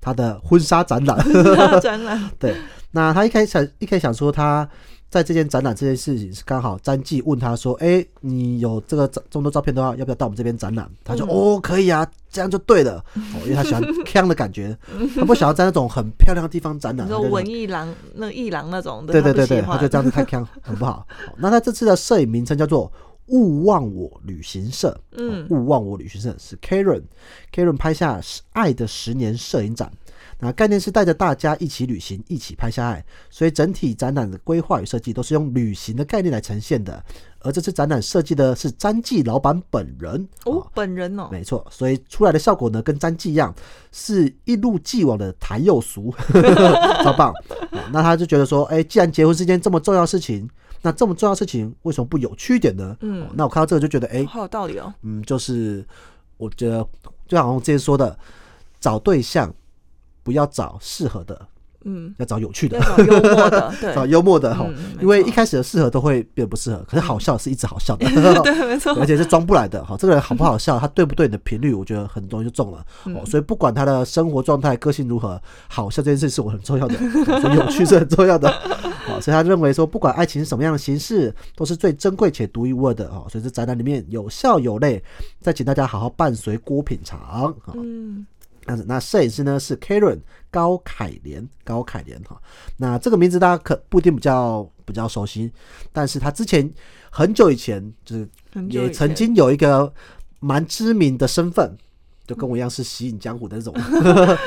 [SPEAKER 3] 它的婚纱展览，
[SPEAKER 2] 展览，
[SPEAKER 3] 对，那他一开始想一开始想说他在这件展览这件事情是刚好詹记问他说：“哎、你有这个照众多照片的话，要不要到我们这边展览？”他说：“
[SPEAKER 2] 嗯
[SPEAKER 3] 哦，可以啊，这样就对了。哦”因为他喜欢 腔的感觉，他不想要在那种很漂亮的地方展 览。
[SPEAKER 2] 你
[SPEAKER 3] 他
[SPEAKER 2] 说
[SPEAKER 3] 就
[SPEAKER 2] 文艺郎那个艺郎那种的，
[SPEAKER 3] 对对
[SPEAKER 2] 他不
[SPEAKER 3] 对对，
[SPEAKER 2] 喜
[SPEAKER 3] 他
[SPEAKER 2] 欢
[SPEAKER 3] 就这样子太腔 很不好。好那他这次的摄影名称叫做“勿忘我旅行社”。
[SPEAKER 2] 嗯
[SPEAKER 3] 勿忘我旅行社是 Karen Karen 拍下《爱的十年》摄影展。那概念是带着大家一起旅行，一起拍下爱，所以整体展览的规划与设计都是用旅行的概念来呈现的。而这次展览设计的是詹记老板本人
[SPEAKER 2] 哦，本人哦，
[SPEAKER 3] 没错，所以出来的效果呢，跟詹记一样，是一如既往的台又俗， 超棒、 啊那他就觉得说，哎、既然结婚是件这么重要的事情，那这么重要的事情为什么不有趣一点呢？
[SPEAKER 2] 嗯
[SPEAKER 3] 哦那我看到这个就觉得，哎、
[SPEAKER 2] 好有道理哦，
[SPEAKER 3] 嗯，就是我觉得就好像我之前说的，找对象不要找适合的，
[SPEAKER 2] 嗯，
[SPEAKER 3] 要找有趣的
[SPEAKER 2] 要，找幽默 的，
[SPEAKER 3] 找
[SPEAKER 2] 对，
[SPEAKER 3] 幽默的哈、
[SPEAKER 2] 嗯没
[SPEAKER 3] 因为
[SPEAKER 2] 错
[SPEAKER 3] 一开始的适合都会变得不适合，可是好笑是一直好笑的，
[SPEAKER 2] 对，没错
[SPEAKER 3] 而，且是装不来的哈。这个人好不好笑，他对不对你的频率，我觉得很容易就中了、哦。所以不管他 的生活状态、个性如何，好笑这件事是我很重要的，所以有趣是很重要的。好、所以他认为说，不管爱情是什么样的形式，都是最珍贵且独一无二的哦。所以这宅男里面有笑有泪，再请大家好好伴随郭品尝啊。好
[SPEAKER 2] 嗯，
[SPEAKER 3] 那那摄影师呢是 Karen 高凯莲，高凯莲哈。那这个名字大家可不一定比较比较熟悉，但是他之前很久以前就是
[SPEAKER 2] 很久
[SPEAKER 3] 也
[SPEAKER 2] 以
[SPEAKER 3] 曾
[SPEAKER 2] 前
[SPEAKER 3] 经有一个蛮知名的身份，就跟我一样是吸引江湖的 那种。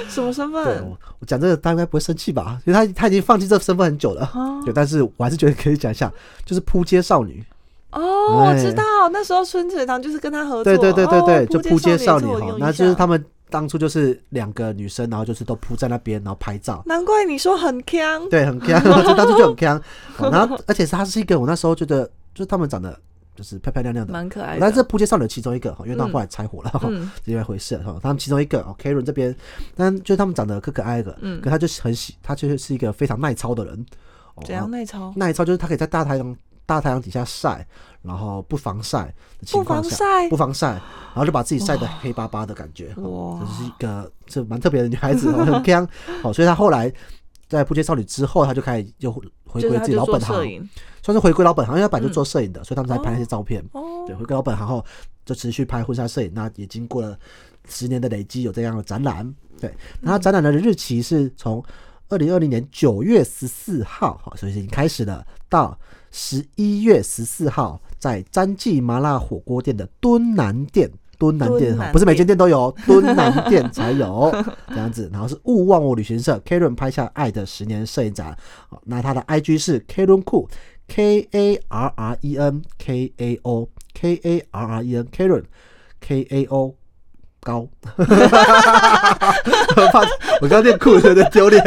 [SPEAKER 2] 什么身
[SPEAKER 3] 对，
[SPEAKER 2] 份
[SPEAKER 3] 我我讲这个大家应该不会生气吧？因为他他已经放弃这个身份很久了。
[SPEAKER 2] 啊？
[SPEAKER 3] 对，但是我还是觉得可以讲一下，就是扑街少女。
[SPEAKER 2] 哦，我
[SPEAKER 3] 哎
[SPEAKER 2] 知道，那时候春水堂就是跟他合作，
[SPEAKER 3] 对对对对对，
[SPEAKER 2] 哦
[SPEAKER 3] 就
[SPEAKER 2] 扑
[SPEAKER 3] 街少女
[SPEAKER 2] 我
[SPEAKER 3] 哈
[SPEAKER 2] 有，
[SPEAKER 3] 那
[SPEAKER 2] 印
[SPEAKER 3] 就是
[SPEAKER 2] 象
[SPEAKER 3] 他们当初就是两个女生，然后就是都扑在那边，然后拍 照。
[SPEAKER 2] 难怪你说很强，
[SPEAKER 3] 对，很啊强，就当初就很强。 好然后，而且是她是一个，我那时候觉得，就是她们长得就是漂漂亮亮的，
[SPEAKER 2] 蛮可爱的。
[SPEAKER 3] 但是扑街少女其中一个，因为她
[SPEAKER 2] 嗯
[SPEAKER 3] 后来拆伙了，哈，
[SPEAKER 2] 嗯
[SPEAKER 3] 另外一回事哈。她们其中一个哦，Karen 这边，但就是她们长得可可爱爱的，
[SPEAKER 2] 嗯
[SPEAKER 3] 可她就是很喜，她就是是一个非常耐操的人。哦
[SPEAKER 2] 怎样内操？
[SPEAKER 3] 耐操就是她可以在大太阳大太阳底下晒，然后不防晒的情
[SPEAKER 2] 不
[SPEAKER 3] 况
[SPEAKER 2] 防
[SPEAKER 3] 下。
[SPEAKER 2] 晒
[SPEAKER 3] 不，防晒，然后就把自己晒得黑巴巴的感觉，
[SPEAKER 2] 哇
[SPEAKER 3] 哦这是一个这蛮特别的女孩子，哦 很强。好，所以她后来在《扑街少女》之后，她就开始又回回
[SPEAKER 2] 就是
[SPEAKER 3] 归
[SPEAKER 2] 他
[SPEAKER 3] 自己
[SPEAKER 2] 就
[SPEAKER 3] 老
[SPEAKER 2] 做
[SPEAKER 3] 本行
[SPEAKER 2] 摄，影
[SPEAKER 3] 算是回归老本行，因为她本来就
[SPEAKER 2] 嗯
[SPEAKER 3] 做摄影的，所以他们才拍那些照片。
[SPEAKER 2] 哦
[SPEAKER 3] 对，，回归老本行后，就持续拍婚纱摄影，那也经过了十年的累积，有这样的展览。对，然后展览的日期是从二零二零年九月十四号，好，所以已经开始了，到十一月十四号，在詹记麻辣火锅店的敦南店。敦南店
[SPEAKER 2] 敦
[SPEAKER 3] 哈，
[SPEAKER 2] 南
[SPEAKER 3] 不是每间店都有哦，敦南店才有这样子。然后是勿忘我旅行社 Karen 拍下爱的十年摄影展，好那他的 IG 是 Karen Cool K A R R E N K A O K A R R E N Karen K A O 高， 我怕我刚念酷有点丢脸，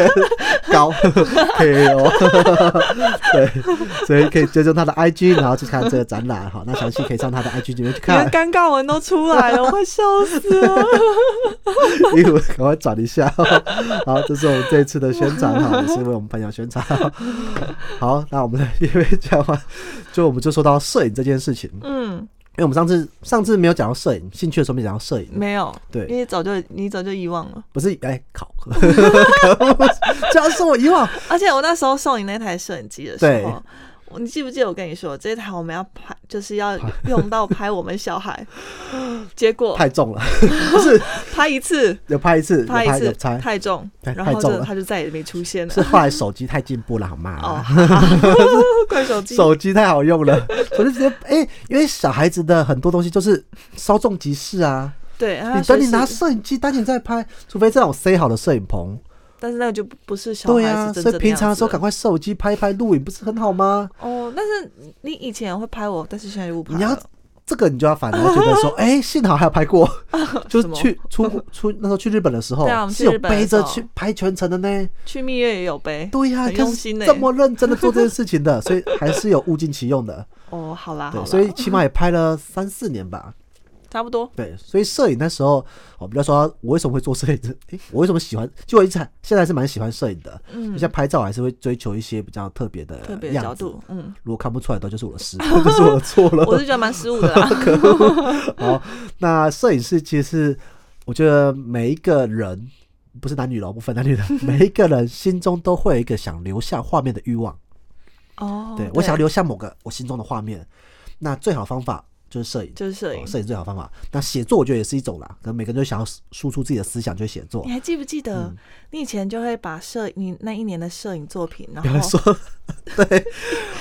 [SPEAKER 3] 高 K A O，对，所以可以追踪他的 IG，然后去看这个展览，好，那详细可以上他的 IG 里面去看
[SPEAKER 2] 连。尴尬文都出来 了，我快笑死了。
[SPEAKER 3] 因为我赶快转一下、好，这是我们这一次的宣传哈，也是为我们朋友宣传。好，那我们的因为讲完，就我们就说到摄影这件事情，因
[SPEAKER 2] 嗯，
[SPEAKER 3] 为我们上次上次没有讲到摄影，兴趣的时候没讲到摄影，
[SPEAKER 2] 没有，因
[SPEAKER 3] 对，
[SPEAKER 2] 为早就你早就遗忘了。
[SPEAKER 3] 不是哎，考， 这样是我遗忘，
[SPEAKER 2] 而且我那时候送你那台摄影机的时
[SPEAKER 3] 对
[SPEAKER 2] 候。我你记不记得我跟你说，这一台我们要拍，就是要用到拍我们小 孩，结果
[SPEAKER 3] 太重了， 不是
[SPEAKER 2] 拍一次，
[SPEAKER 3] 有拍一次，有
[SPEAKER 2] 拍一
[SPEAKER 3] 有
[SPEAKER 2] 次
[SPEAKER 3] 拍。
[SPEAKER 2] 太重，
[SPEAKER 3] 太
[SPEAKER 2] 然
[SPEAKER 3] 太
[SPEAKER 2] 后
[SPEAKER 3] 重
[SPEAKER 2] 就
[SPEAKER 3] 了
[SPEAKER 2] 他就再也没出现了
[SPEAKER 3] 是。后来手机太进步了，好吗？
[SPEAKER 2] 哦，怪手机，
[SPEAKER 3] 手机太好用了，手机直接 哎、因为小孩子的很多东西就是稍纵即逝啊，
[SPEAKER 2] 对，他
[SPEAKER 3] 你等
[SPEAKER 2] 随
[SPEAKER 3] 你
[SPEAKER 2] 时
[SPEAKER 3] 拿摄影机单你再拍，除非这种塞好的摄影棚。
[SPEAKER 2] 但是那个就不不是小
[SPEAKER 3] 对
[SPEAKER 2] 孩
[SPEAKER 3] 啊，
[SPEAKER 2] 子真
[SPEAKER 3] 所
[SPEAKER 2] 正
[SPEAKER 3] 以平常的时候赶
[SPEAKER 2] 快
[SPEAKER 3] 快手机拍一拍录影，不是很好吗？
[SPEAKER 2] 哦。但是你以前会拍我，但是现在就不拍了。
[SPEAKER 3] 你要这个你就要反而觉得 说，哎、幸好还有拍过，就是
[SPEAKER 2] 什么
[SPEAKER 3] 去出出那时候去日本的时候，
[SPEAKER 2] 对啊我们
[SPEAKER 3] 是
[SPEAKER 2] 去
[SPEAKER 3] 有
[SPEAKER 2] 日本的
[SPEAKER 3] 背着
[SPEAKER 2] 时候
[SPEAKER 3] 去拍全程的呢。
[SPEAKER 2] 去蜜月也有呗。
[SPEAKER 3] 对呀、
[SPEAKER 2] 很
[SPEAKER 3] 你看
[SPEAKER 2] 用心呢欸
[SPEAKER 3] 这么认真的做这件事情的， 所以还是有物尽其用的。
[SPEAKER 2] 哦，好啦，好
[SPEAKER 3] 对，
[SPEAKER 2] 啦，
[SPEAKER 3] 所以起码也拍了三四年吧。
[SPEAKER 2] 差不多。
[SPEAKER 3] 对，所以摄影那时候，我比较说，我为什么会做摄影？ 诶，我为什么喜欢？就我一直还现在还是蛮喜欢摄影的，
[SPEAKER 2] 嗯
[SPEAKER 3] 就，像拍照还是会追求一些比较特别的
[SPEAKER 2] 特别的
[SPEAKER 3] 呃样
[SPEAKER 2] 角
[SPEAKER 3] 子
[SPEAKER 2] 度，嗯，
[SPEAKER 3] 如果看不出来的就是我的失误， 就是我的错了。
[SPEAKER 2] 我是觉得蛮失误的 啦。
[SPEAKER 3] 好，那摄影师其实是我觉得每一个人，不是男女了，不分男女的， 每一个人心中都会有一个想留下画面的欲望。
[SPEAKER 2] 哦，
[SPEAKER 3] 对我想要留下某个我心中的画面，那最好方法就是摄影。
[SPEAKER 2] 就是摄影
[SPEAKER 3] 哦。摄影最好方法，那写作我觉得也是一种啦，可能每个人都想要输出自己的思想，就写作
[SPEAKER 2] 你。还记不记得
[SPEAKER 3] 嗯，
[SPEAKER 2] 你以前就会把摄你那一年的摄影作品，然
[SPEAKER 3] 不要
[SPEAKER 2] 后
[SPEAKER 3] 说，对，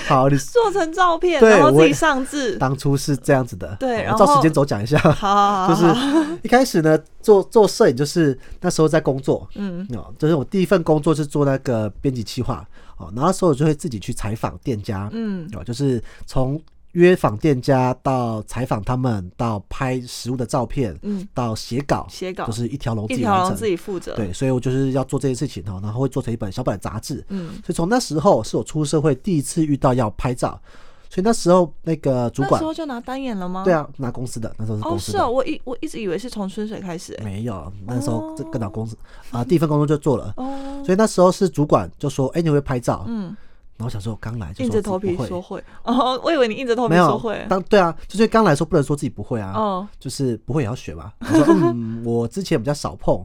[SPEAKER 3] 好，你
[SPEAKER 2] 做成照片，
[SPEAKER 3] 对
[SPEAKER 2] 然后
[SPEAKER 3] 我
[SPEAKER 2] 自
[SPEAKER 3] 也
[SPEAKER 2] 己上字。
[SPEAKER 3] 当初是这样子的，
[SPEAKER 2] 对
[SPEAKER 3] 好
[SPEAKER 2] 然
[SPEAKER 3] 照时
[SPEAKER 2] 后
[SPEAKER 3] 间轴讲一下，
[SPEAKER 2] 好好好，
[SPEAKER 3] 就
[SPEAKER 2] 好好
[SPEAKER 3] 是一开始呢，做做摄影就是那时候在工作，
[SPEAKER 2] 嗯
[SPEAKER 3] 哦，就是我第一份工作是做那个编辑企划，哦，然后那时候我就会自己去采访店家，
[SPEAKER 2] 嗯，
[SPEAKER 3] 哦，就是从约访店家到采访他们，到拍食物的照片，
[SPEAKER 2] 嗯，
[SPEAKER 3] 到写稿，
[SPEAKER 2] 写稿
[SPEAKER 3] 就是一条龙自
[SPEAKER 2] 一
[SPEAKER 3] 己
[SPEAKER 2] 条
[SPEAKER 3] 完
[SPEAKER 2] 龙
[SPEAKER 3] 成
[SPEAKER 2] 自。己负责。，
[SPEAKER 3] 对，所以我就是要做这件事情哦，然后会做成一本小本的杂志。
[SPEAKER 2] 嗯，
[SPEAKER 3] 所以从那时候是我出社会第一次遇到要拍照，所以那时候那个主
[SPEAKER 2] 那
[SPEAKER 3] 管
[SPEAKER 2] 时，候就拿单眼了吗？
[SPEAKER 3] 对。啊，拿公司的，那时候是
[SPEAKER 2] 哦，
[SPEAKER 3] 公司
[SPEAKER 2] 是
[SPEAKER 3] 的。
[SPEAKER 2] 哦，我一我一直以为是从春水开始欸。
[SPEAKER 3] 没有，那时候这跟到公司啊、第一份工作就做了，
[SPEAKER 2] 哦，
[SPEAKER 3] 所以那时候是主管就说：“哎、你会不会拍照？”
[SPEAKER 2] 嗯，
[SPEAKER 3] 然后我想说，我刚来就
[SPEAKER 2] 硬
[SPEAKER 3] 说
[SPEAKER 2] 着
[SPEAKER 3] 自
[SPEAKER 2] 头
[SPEAKER 3] 己
[SPEAKER 2] 皮
[SPEAKER 3] 不会
[SPEAKER 2] 说会 哦，我以为你硬着头皮
[SPEAKER 3] 没
[SPEAKER 2] 说
[SPEAKER 3] 有
[SPEAKER 2] 会，
[SPEAKER 3] 当对啊，就是刚来说不能说自己不会啊，
[SPEAKER 2] 哦，
[SPEAKER 3] 就是不会也要学吧。 我说嗯，我之前比较少碰，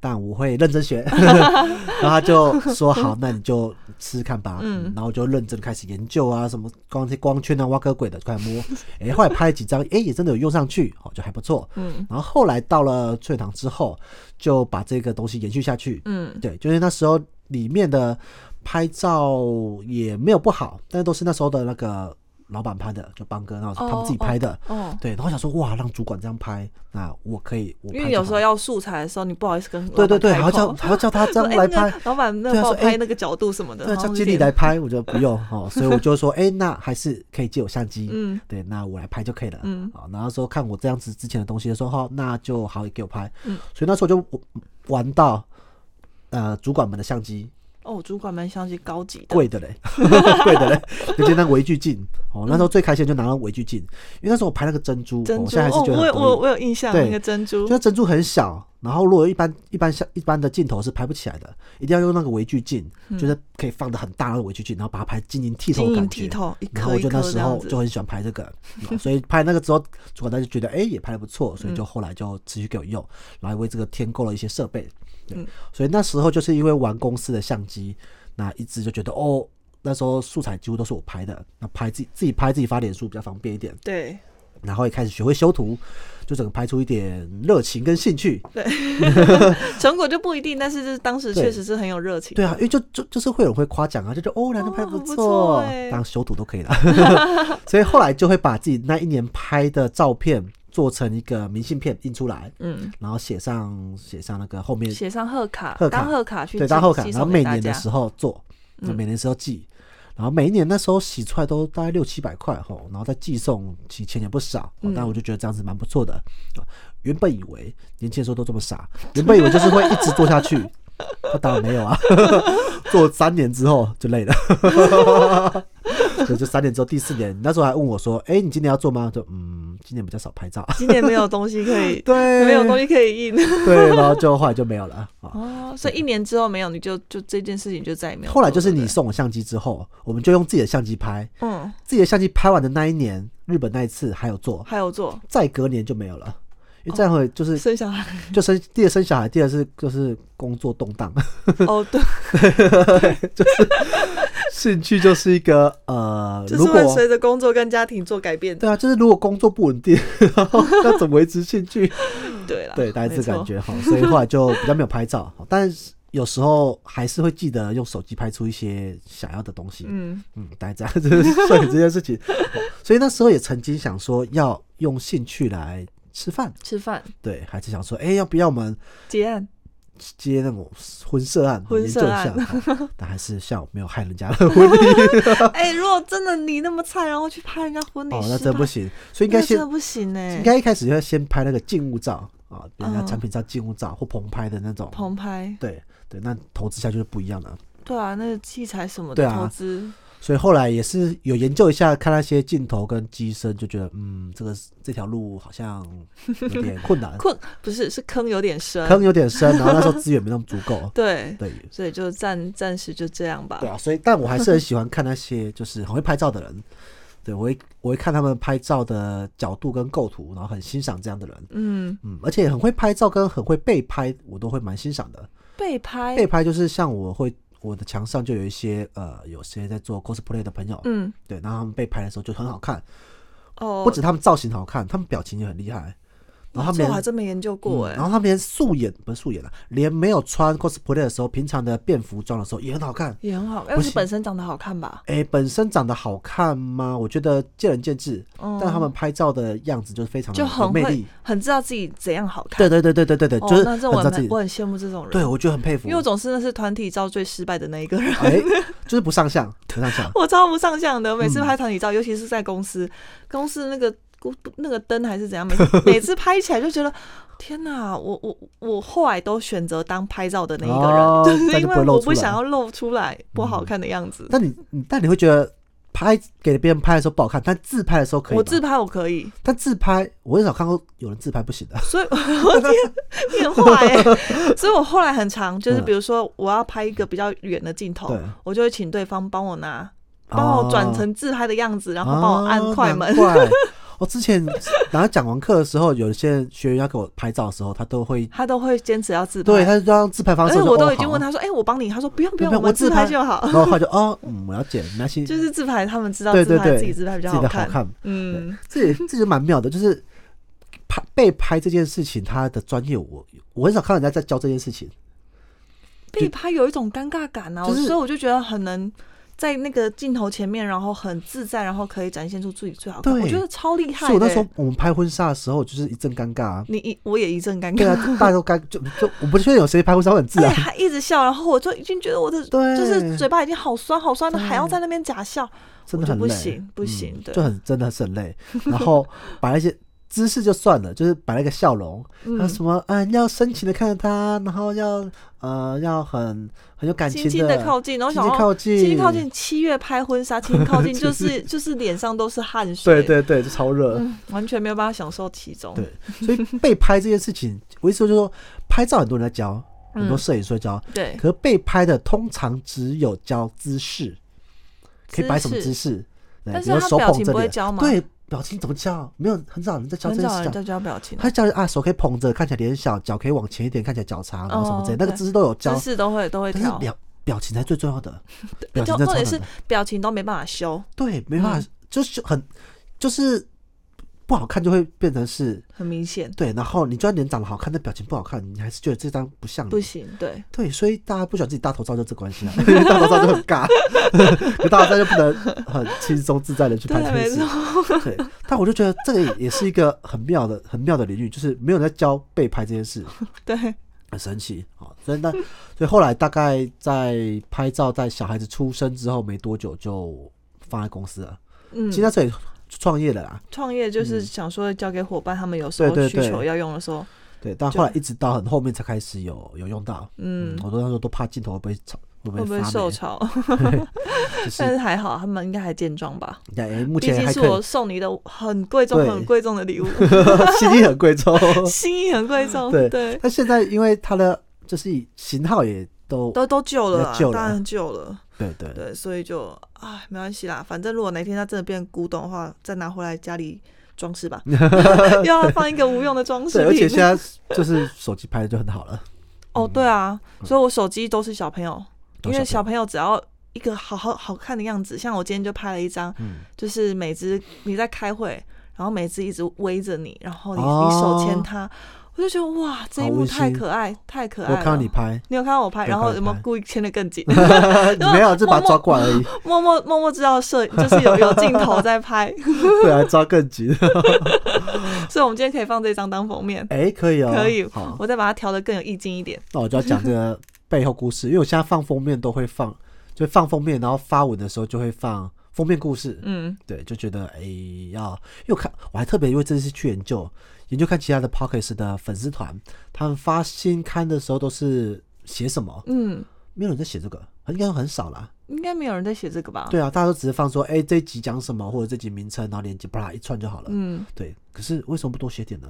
[SPEAKER 3] 但我会认真学。 然后他就说好，那你就试试看吧。
[SPEAKER 2] 嗯
[SPEAKER 3] 然后我就认真开始研究啊，什么光这光圈啊、挖个鬼的，就开始摸。 哎、后来拍了几张，哎、也真的有用上去，哦，就还不错。
[SPEAKER 2] 嗯
[SPEAKER 3] 然后后来到了翠堂之后，就把这个东西延续下去。
[SPEAKER 2] 嗯
[SPEAKER 3] 对，就是那时候里面的拍照也没有不好，但是都是那时候的那个老板拍的，就邦哥，然后他们自己拍的。
[SPEAKER 2] 哦，
[SPEAKER 3] 对，然后想说哇，让主管这样拍，那我可以，我拍
[SPEAKER 2] 因为
[SPEAKER 3] 就
[SPEAKER 2] 有
[SPEAKER 3] 好
[SPEAKER 2] 时候要素材的时候，你不好意思跟
[SPEAKER 3] 对对对，
[SPEAKER 2] 老
[SPEAKER 3] 还要
[SPEAKER 2] 板开
[SPEAKER 3] 叫
[SPEAKER 2] 口
[SPEAKER 3] 还要叫他这
[SPEAKER 2] 说
[SPEAKER 3] 样
[SPEAKER 2] 哎
[SPEAKER 3] 来
[SPEAKER 2] 那个
[SPEAKER 3] 拍，
[SPEAKER 2] 老板那
[SPEAKER 3] 对啊
[SPEAKER 2] 帮我
[SPEAKER 3] 说哎
[SPEAKER 2] 拍那个角度什么的，
[SPEAKER 3] 对，啊
[SPEAKER 2] 然
[SPEAKER 3] 叫
[SPEAKER 2] 后
[SPEAKER 3] 经
[SPEAKER 2] 有
[SPEAKER 3] 理来
[SPEAKER 2] 点
[SPEAKER 3] 拍，我觉得不用哦，所以我就说，哎，那还是可以借我相机，
[SPEAKER 2] 嗯
[SPEAKER 3] 对，那我来拍就可以了，
[SPEAKER 2] 嗯
[SPEAKER 3] 好，然后说看我这样子之前的东西的时候，哦那就好给我拍，
[SPEAKER 2] 嗯
[SPEAKER 3] 所以那时候就玩到。呃，主管们的相机
[SPEAKER 2] 哦，主管们相机高级的，
[SPEAKER 3] 贵的哦嘞， 贵的嘞，就接那微距镜哦。那时候最开心就拿到微距镜，因为那时候我拍那个珍珠，哦
[SPEAKER 2] 珍
[SPEAKER 3] 我
[SPEAKER 2] 珠
[SPEAKER 3] 现在还是
[SPEAKER 2] 哦，
[SPEAKER 3] 觉得
[SPEAKER 2] 我
[SPEAKER 3] 很
[SPEAKER 2] 有
[SPEAKER 3] 得
[SPEAKER 2] 我有
[SPEAKER 3] 意
[SPEAKER 2] 我有印象
[SPEAKER 3] 对
[SPEAKER 2] 那个珍珠
[SPEAKER 3] 就，是珍珠很小，然后如果一般一般像一般的镜头是拍不起来的，一定要用那个微距镜，就是可以放的很大的微距镜，然后把它拍晶莹剔透
[SPEAKER 2] 嗯晶
[SPEAKER 3] 的
[SPEAKER 2] 莹
[SPEAKER 3] 感
[SPEAKER 2] 剔
[SPEAKER 3] 觉。
[SPEAKER 2] 透，一
[SPEAKER 3] 然后
[SPEAKER 2] 颗
[SPEAKER 3] 我
[SPEAKER 2] 一
[SPEAKER 3] 就
[SPEAKER 2] 颗
[SPEAKER 3] 那
[SPEAKER 2] 这
[SPEAKER 3] 时
[SPEAKER 2] 样
[SPEAKER 3] 候就
[SPEAKER 2] 子。
[SPEAKER 3] 很喜欢拍这个，所以拍那个之后，主管他就觉得哎、也拍的不错，
[SPEAKER 2] 嗯
[SPEAKER 3] 所以就后来就持续给我用，然后为这个添购了一些设备。对
[SPEAKER 2] 嗯，
[SPEAKER 3] 所以那时候就是因为玩公司的相机，那一直就觉得哦，那时候素材几乎都是我拍的，那拍自己自己拍自己发脸书比较方便一点。
[SPEAKER 2] 对，
[SPEAKER 3] 然后也开始学会修图，就整个拍出一点热情跟兴趣。
[SPEAKER 2] 成果就不一定，但是就是当时确
[SPEAKER 3] 对
[SPEAKER 2] 实是很有热情。
[SPEAKER 3] 对啊，因为就就就是会有人会夸奖啊，就觉得哦，那张拍
[SPEAKER 2] 哦
[SPEAKER 3] 不
[SPEAKER 2] 不
[SPEAKER 3] 错，
[SPEAKER 2] 错欸
[SPEAKER 3] 当修图都可以了。 所以后来就会把自己那一年拍的照片做成一个明信片印出来，
[SPEAKER 2] 嗯，
[SPEAKER 3] 然后写上写上那个后面
[SPEAKER 2] 写上贺卡，
[SPEAKER 3] 贺卡
[SPEAKER 2] 当贺卡去
[SPEAKER 3] 对当后卡，
[SPEAKER 2] 寄
[SPEAKER 3] 然后
[SPEAKER 2] 送给
[SPEAKER 3] 每
[SPEAKER 2] 大
[SPEAKER 3] 年的
[SPEAKER 2] 家
[SPEAKER 3] 时候做，就
[SPEAKER 2] 嗯
[SPEAKER 3] 每年的时候寄。然后每一年那时候洗出来都大概六七百块吼，然后再寄送，其实钱也不少。哦
[SPEAKER 2] 嗯
[SPEAKER 3] 但我就觉得这样子蛮不错的。啊原本以为年轻的时候都这么傻，原本以为就是会一直做下去，那当然没有啊。 做三年之后就累了， 所以就三年之后第四年，那时候还问我说：“哎，你今年要做吗？”就嗯，今年比较少拍照，，
[SPEAKER 2] 今年没有东西可以
[SPEAKER 3] 对，
[SPEAKER 2] 没有东西可以印
[SPEAKER 3] 对，然后就后来就没有了啊。
[SPEAKER 2] 哦，所以一年之后没有，你就就这件事情就再也没有做。
[SPEAKER 3] 后来就是
[SPEAKER 2] 对
[SPEAKER 3] 你
[SPEAKER 2] 不对
[SPEAKER 3] 送我相机之后，我们就用自己的相机拍，
[SPEAKER 2] 嗯，
[SPEAKER 3] 自己的相机拍完的那一年，日本那一次还有做，
[SPEAKER 2] 还有做
[SPEAKER 3] 再隔年就没有了。因为再回就是、
[SPEAKER 2] 生小孩
[SPEAKER 3] 就生第二生小孩，第二是就是工作动荡，
[SPEAKER 2] 哦，对，
[SPEAKER 3] 兴趣就是一个呃，
[SPEAKER 2] 就是
[SPEAKER 3] 如
[SPEAKER 2] 会
[SPEAKER 3] 果
[SPEAKER 2] 随着工作跟家庭做改变的。
[SPEAKER 3] 对啊，就是如果工作不稳定， 然后要怎么维持兴 趣？
[SPEAKER 2] 对了，
[SPEAKER 3] 对，大概
[SPEAKER 2] 没
[SPEAKER 3] 这感
[SPEAKER 2] 错。
[SPEAKER 3] 觉哈，所以后来就比较没有拍照，好但是有时候还是会记得用手机拍出一些想要的东西。
[SPEAKER 2] 嗯，
[SPEAKER 3] 嗯，大概这样，就是摄影这件事情。 所以那时候也曾经想说要用兴趣来吃饭，
[SPEAKER 2] 吃饭
[SPEAKER 3] 对，还是想说，哎、要不要我们
[SPEAKER 2] 结 案，
[SPEAKER 3] 接那种婚摄案，
[SPEAKER 2] 婚摄案
[SPEAKER 3] 研究一 下？好但还是像我没有害人家的婚礼
[SPEAKER 2] 哎，如果真的你那么菜，然后去拍人家婚礼
[SPEAKER 3] 哦，
[SPEAKER 2] 失败，
[SPEAKER 3] 那真不行。所以
[SPEAKER 2] 那
[SPEAKER 3] 应该
[SPEAKER 2] 真
[SPEAKER 3] 先
[SPEAKER 2] 的，不行哎
[SPEAKER 3] 应，该一开始就要先拍那个静物照啊，人家
[SPEAKER 2] 嗯
[SPEAKER 3] 产品照、静物照或棚拍的那种。
[SPEAKER 2] 棚拍，
[SPEAKER 3] 对对，那投资下去就不一样了。
[SPEAKER 2] 对啊，那个器材什么
[SPEAKER 3] 对
[SPEAKER 2] 的
[SPEAKER 3] 啊
[SPEAKER 2] 投资，，
[SPEAKER 3] 所以后来也是有研究一下，看那些镜头跟机身，就觉得嗯，这个这条路好像有点困难
[SPEAKER 2] 困不是是坑有点深，。
[SPEAKER 3] 坑有点深，然后那时候资源没那么足够
[SPEAKER 2] 对，
[SPEAKER 3] 对
[SPEAKER 2] 所以就暂暂时就这样吧。
[SPEAKER 3] 对啊，所以但我还是很喜欢看那些就是很会拍照的人，对我会我会看他们拍照的角度跟构图，然后很欣赏这样的人。
[SPEAKER 2] 嗯，
[SPEAKER 3] 嗯，而且很会拍照跟很会被拍，我都会蛮欣赏的。
[SPEAKER 2] 被拍，
[SPEAKER 3] 被拍就是像我会我的墙上就有一些呃，有些在做 cosplay 的朋友，
[SPEAKER 2] 嗯，
[SPEAKER 3] 对，然后他们被拍的时候就很好看，
[SPEAKER 2] 哦，
[SPEAKER 3] 不止他们造型好看，他们表情也很厉害。然后他
[SPEAKER 2] 这
[SPEAKER 3] 们
[SPEAKER 2] 我
[SPEAKER 3] 连
[SPEAKER 2] 还真没研究过
[SPEAKER 3] 嗯
[SPEAKER 2] 哎、
[SPEAKER 3] 然后他们连素颜不是素颜了、连没有穿 cosplay 的时候，平常的便服装的时候也很好看。
[SPEAKER 2] 也很好，
[SPEAKER 3] 不
[SPEAKER 2] 但是
[SPEAKER 3] 行
[SPEAKER 2] 本身长得好看吧？
[SPEAKER 3] 哎，本身长得好看吗？我觉得见仁见智，
[SPEAKER 2] 嗯，
[SPEAKER 3] 但他们拍照的样子就是非常的
[SPEAKER 2] 就很
[SPEAKER 3] 嗯有魅
[SPEAKER 2] 会
[SPEAKER 3] 力。
[SPEAKER 2] 很知道自己怎样好看。
[SPEAKER 3] 对对对对对对对，
[SPEAKER 2] 哦，
[SPEAKER 3] 就是
[SPEAKER 2] 那
[SPEAKER 3] 很
[SPEAKER 2] 这我
[SPEAKER 3] 知道自
[SPEAKER 2] 很
[SPEAKER 3] 己
[SPEAKER 2] 我。很羡慕这种人，
[SPEAKER 3] 对，我觉得很佩服
[SPEAKER 2] 因为。我总是那是团体照最失败的那一个人，。
[SPEAKER 3] 哎，就是不上相，不上相
[SPEAKER 2] 我超不上相的。每次
[SPEAKER 3] 嗯
[SPEAKER 2] 拍团体照，尤其是在公司，公司那个公那个灯还是怎样，每每次拍起来就觉得。天哪，我我我后来都选择当拍照的那一个人，
[SPEAKER 3] 哦
[SPEAKER 2] 就是
[SPEAKER 3] 那就
[SPEAKER 2] 因
[SPEAKER 3] 不会
[SPEAKER 2] 为
[SPEAKER 3] 露
[SPEAKER 2] 我
[SPEAKER 3] 出
[SPEAKER 2] 不
[SPEAKER 3] 来嗯
[SPEAKER 2] 想要露出来不好看的样子。
[SPEAKER 3] 但你你但你会觉得拍给别人拍的时候不好看，但自拍的时候可以吧。
[SPEAKER 2] 我自拍我可以，
[SPEAKER 3] 但自拍我很少看过有人自拍不行的。
[SPEAKER 2] 所以 我天，你很坏哎、所以我后来很常就是，比如说我要拍一个比较远的镜头
[SPEAKER 3] 嗯对，
[SPEAKER 2] 我就会请对方帮我拿，帮我转成自拍的样子，然后帮我按快门
[SPEAKER 3] 啊。难怪我之前然后讲完课的时候，有一些学员要给我拍照的时候，他 都会
[SPEAKER 2] 他都会坚持要自拍，
[SPEAKER 3] 对，他就用自拍
[SPEAKER 2] 而
[SPEAKER 3] 方式。
[SPEAKER 2] 且我
[SPEAKER 3] 说
[SPEAKER 2] 都
[SPEAKER 3] 哦
[SPEAKER 2] 已经
[SPEAKER 3] 好
[SPEAKER 2] 问他说：“哎、我帮你。”他说：“不用不用，
[SPEAKER 3] 不用
[SPEAKER 2] 我
[SPEAKER 3] 我
[SPEAKER 2] 们
[SPEAKER 3] 自
[SPEAKER 2] 自
[SPEAKER 3] 拍
[SPEAKER 2] 拍就好。
[SPEAKER 3] 然后他就哦，嗯，我要剪，没关 系，”
[SPEAKER 2] 就是自拍，他们知道
[SPEAKER 3] 对
[SPEAKER 2] 自
[SPEAKER 3] 对
[SPEAKER 2] 拍
[SPEAKER 3] 对，
[SPEAKER 2] 自己自拍比较
[SPEAKER 3] 自
[SPEAKER 2] 好
[SPEAKER 3] 己的好
[SPEAKER 2] 看。
[SPEAKER 3] 看，
[SPEAKER 2] 嗯，
[SPEAKER 3] 这也这就蛮妙的，就是拍被拍这件事情，他的专业我我很少看到人家在教这件事情。
[SPEAKER 2] 被拍有一种尴尬感啊，
[SPEAKER 3] 就是
[SPEAKER 2] 所以我就觉得很能在那个镜头前面，然后很自在，然后可以展现出自己最好看。
[SPEAKER 3] 对
[SPEAKER 2] 我觉得超厉害
[SPEAKER 3] 所以
[SPEAKER 2] 的、
[SPEAKER 3] 我那时候我们拍婚纱的时候，就是一阵尴尬、啊。
[SPEAKER 2] 你一我也一阵尴
[SPEAKER 3] 对
[SPEAKER 2] 尬，
[SPEAKER 3] 啊，大家都尴就就我不确定有谁拍婚纱会很自
[SPEAKER 2] 而且
[SPEAKER 3] 然。
[SPEAKER 2] 还一直笑，然后我就已经觉得我的
[SPEAKER 3] 对
[SPEAKER 2] 就是嘴巴已经好酸好酸了，
[SPEAKER 3] 对
[SPEAKER 2] 还要在那边假笑，
[SPEAKER 3] 真
[SPEAKER 2] 我
[SPEAKER 3] 的
[SPEAKER 2] 就
[SPEAKER 3] 很
[SPEAKER 2] 不
[SPEAKER 3] 累，嗯
[SPEAKER 2] 行不行对
[SPEAKER 3] 就很真的是很累。然后摆了一些姿势就算了，就是摆了一个笑容，
[SPEAKER 2] 嗯
[SPEAKER 3] 还有什么嗯要深情的看着他，然后要呃要很很有感情
[SPEAKER 2] 轻轻的
[SPEAKER 3] 地
[SPEAKER 2] 靠近，然后
[SPEAKER 3] 轻
[SPEAKER 2] 想
[SPEAKER 3] 轻
[SPEAKER 2] 要。
[SPEAKER 3] 靠近，
[SPEAKER 2] 轻轻靠近，七月拍婚 纱，轻轻靠近就
[SPEAKER 3] 就是
[SPEAKER 2] 是就是脸上都是汗水，
[SPEAKER 3] 对对对，就超热。
[SPEAKER 2] 嗯，完全没有办法享受其中。
[SPEAKER 3] 对所以被拍这件事情，我意思就是说，拍照很多人在教，
[SPEAKER 2] 嗯
[SPEAKER 3] 很多摄影师在教，
[SPEAKER 2] 对，
[SPEAKER 3] 可是被拍的通常只有教姿势，可以摆什么
[SPEAKER 2] 势？
[SPEAKER 3] 姿势，对
[SPEAKER 2] 但
[SPEAKER 3] 比
[SPEAKER 2] 是
[SPEAKER 3] 如
[SPEAKER 2] 他
[SPEAKER 3] 说手
[SPEAKER 2] 表
[SPEAKER 3] 捧
[SPEAKER 2] 情
[SPEAKER 3] 着
[SPEAKER 2] 不会
[SPEAKER 3] 脸，
[SPEAKER 2] 教吗？，
[SPEAKER 3] 对，表情怎么教？没有很少人在教
[SPEAKER 2] 很
[SPEAKER 3] 这件
[SPEAKER 2] 少
[SPEAKER 3] 事
[SPEAKER 2] 人
[SPEAKER 3] 情。
[SPEAKER 2] 在教表情，
[SPEAKER 3] 他教啊，手可以捧着，看起来脸小，脚可以往前一点，看起来脚长，然后什么之类，
[SPEAKER 2] 哦
[SPEAKER 3] 那个
[SPEAKER 2] 对
[SPEAKER 3] 姿势都有教
[SPEAKER 2] 姿，势都会都会
[SPEAKER 3] 但是
[SPEAKER 2] 调，
[SPEAKER 3] 表表情才最重要的，表情
[SPEAKER 2] 就
[SPEAKER 3] 才
[SPEAKER 2] 重
[SPEAKER 3] 超
[SPEAKER 2] 点
[SPEAKER 3] 难
[SPEAKER 2] 是
[SPEAKER 3] 的。
[SPEAKER 2] 表情都没办法修，
[SPEAKER 3] 对，没办
[SPEAKER 2] 嗯
[SPEAKER 3] 法，就是很就是不好看，就会变成是
[SPEAKER 2] 很明显
[SPEAKER 3] 对，然后你就算脸长得好看，但表情不好看，你还是觉得这张不像你。
[SPEAKER 2] 不行，对，
[SPEAKER 3] 对，所以大家不喜欢自己大头照就这 关系啊，因为大头照就很尬，可大头照就不能很轻松自在的去 拍
[SPEAKER 2] 对，没
[SPEAKER 3] 这件
[SPEAKER 2] 错
[SPEAKER 3] 事。，对，但我就觉得这个也是一个很妙的、很妙的领域，就是没有人在教被拍这件事，
[SPEAKER 2] 对，
[SPEAKER 3] 很神奇啊。哦所以那所以后来大概在拍照，在小孩子出生之后没多久就放在公司了，
[SPEAKER 2] 嗯
[SPEAKER 3] 其，实在这里创业了啦。
[SPEAKER 2] 创业就是想说交给伙伴，他们有时候
[SPEAKER 3] 对对
[SPEAKER 2] 需
[SPEAKER 3] 对
[SPEAKER 2] 求要用的时候，
[SPEAKER 3] 对，但
[SPEAKER 2] 就
[SPEAKER 3] 后来一直到很后面才开始有有用到。嗯
[SPEAKER 2] 嗯，，
[SPEAKER 3] 我都那时候都怕镜头会被吵，会
[SPEAKER 2] 会
[SPEAKER 3] 不
[SPEAKER 2] 不
[SPEAKER 3] 会
[SPEAKER 2] 会
[SPEAKER 3] 发
[SPEAKER 2] 受
[SPEAKER 3] 霉？
[SPEAKER 2] 潮？
[SPEAKER 3] 就 是
[SPEAKER 2] 但是还好，他们应该还健壮吧。
[SPEAKER 3] 哎、目
[SPEAKER 2] 毕
[SPEAKER 3] 前
[SPEAKER 2] 竟
[SPEAKER 3] 还
[SPEAKER 2] 是
[SPEAKER 3] 可
[SPEAKER 2] 我
[SPEAKER 3] 以，
[SPEAKER 2] 送你的很贵重、
[SPEAKER 3] 对
[SPEAKER 2] 很贵重的 礼物，
[SPEAKER 3] 心意很 贵重。
[SPEAKER 2] 心意很贵重。
[SPEAKER 3] 对
[SPEAKER 2] 对，
[SPEAKER 3] 但现在因为它的就是型号也都
[SPEAKER 2] 都都旧了啦
[SPEAKER 3] 旧，了
[SPEAKER 2] 当然旧了。
[SPEAKER 3] 对对对
[SPEAKER 2] 对，所以就唉，没关系啦，反正如果哪天它真的变古董的话，再拿回来家里装饰 吧，又要放一个无用的装饰品。
[SPEAKER 3] 对，而且现在就是手机拍的就很好了，
[SPEAKER 2] 哦，对啊，所以我手机都是小朋友，
[SPEAKER 3] 嗯都
[SPEAKER 2] 因为
[SPEAKER 3] 小
[SPEAKER 2] 小朋友只要一个好好好看的样子，像我今天就拍了一张，
[SPEAKER 3] 嗯
[SPEAKER 2] 就是每只你在开会，然后每只一直围着你，然后你、
[SPEAKER 3] 哦
[SPEAKER 2] 你手牵它，我就觉得哇，这一
[SPEAKER 3] 好
[SPEAKER 2] 幕
[SPEAKER 3] 温
[SPEAKER 2] 太
[SPEAKER 3] 馨
[SPEAKER 2] 可爱，太可爱哦
[SPEAKER 3] 我
[SPEAKER 2] 了。
[SPEAKER 3] 看到你拍，
[SPEAKER 2] 你有看到我拍，
[SPEAKER 3] 我
[SPEAKER 2] 然后
[SPEAKER 3] 看
[SPEAKER 2] 有
[SPEAKER 3] 你
[SPEAKER 2] 没有
[SPEAKER 3] 拍
[SPEAKER 2] 故意牵得更 紧？
[SPEAKER 3] 你没有，就把它抓过来而已，
[SPEAKER 2] 默默默默知道摄就是有有镜头在拍，
[SPEAKER 3] 对，还抓更紧。
[SPEAKER 2] 所以我们今天可以放这张当封面，
[SPEAKER 3] 哎、可以哦，
[SPEAKER 2] 可以
[SPEAKER 3] 好，，
[SPEAKER 2] 我再把它调的更有意境一点。
[SPEAKER 3] 那我就要讲这个背后故事，因为我现在放封面都会放，就放封面，然后发文的时候就会放封面故事，
[SPEAKER 2] 嗯，
[SPEAKER 3] 对，就觉得哎、要，因为我看我还特别因为这次去研究研究看其他的 Pockets 的粉丝团，他们发新刊的时候都是写什么，
[SPEAKER 2] 嗯，
[SPEAKER 3] 没有人在写这个，应该很少啦。
[SPEAKER 2] 应该没有人在写这个吧？
[SPEAKER 3] 对啊，大家都只是放说，哎、这一集讲什么，或者这集名称，然后连接啪啦一串就好了。
[SPEAKER 2] 嗯，
[SPEAKER 3] 对，可是为什么不多写点呢？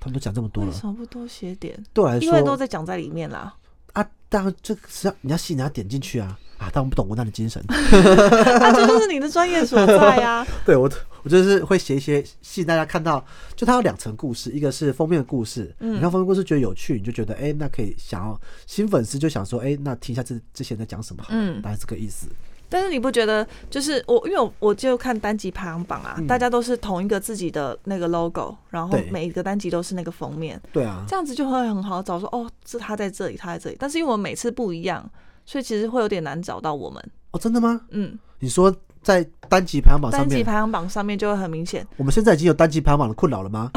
[SPEAKER 3] 他们都讲这么多
[SPEAKER 2] 为
[SPEAKER 3] 了，
[SPEAKER 2] 什么不多写点？
[SPEAKER 3] 对我来
[SPEAKER 2] 因为都
[SPEAKER 3] 说
[SPEAKER 2] 在讲在里面啦。
[SPEAKER 3] 啊，当然这个是要你要吸引人家点进去啊啊！但我不懂文案的 精神，
[SPEAKER 2] 啊，这就是你的专业所在啊 呀、
[SPEAKER 3] 对我我就是会写一些吸引大家看到，就它有两层故事，一个是封面的故事，
[SPEAKER 2] 嗯
[SPEAKER 3] 你看封面故事觉得有趣，你就觉得哎、那可以想要新粉丝就想说，哎、那听一下这之前在讲什么好了，
[SPEAKER 2] 嗯
[SPEAKER 3] 大概是这个意思。
[SPEAKER 2] 但是你不觉得，就是我，因为我我就看单集排行榜啊，
[SPEAKER 3] 嗯
[SPEAKER 2] 大家都是同一个自己的那个 logo，然后
[SPEAKER 3] 对
[SPEAKER 2] 每一个单集都是那个封面，
[SPEAKER 3] 对啊，
[SPEAKER 2] 这样子就会很好找说哦，是他在这里，他在这里。但是因为我每次不一样，所以其实会有点难找到我们。
[SPEAKER 3] 哦，真的吗？
[SPEAKER 2] 嗯，
[SPEAKER 3] 你说在单集排行榜哦上
[SPEAKER 2] 单集
[SPEAKER 3] 面，
[SPEAKER 2] 排行榜上面就会很明显。
[SPEAKER 3] 我们现在已经有单集排行榜的困扰了吗？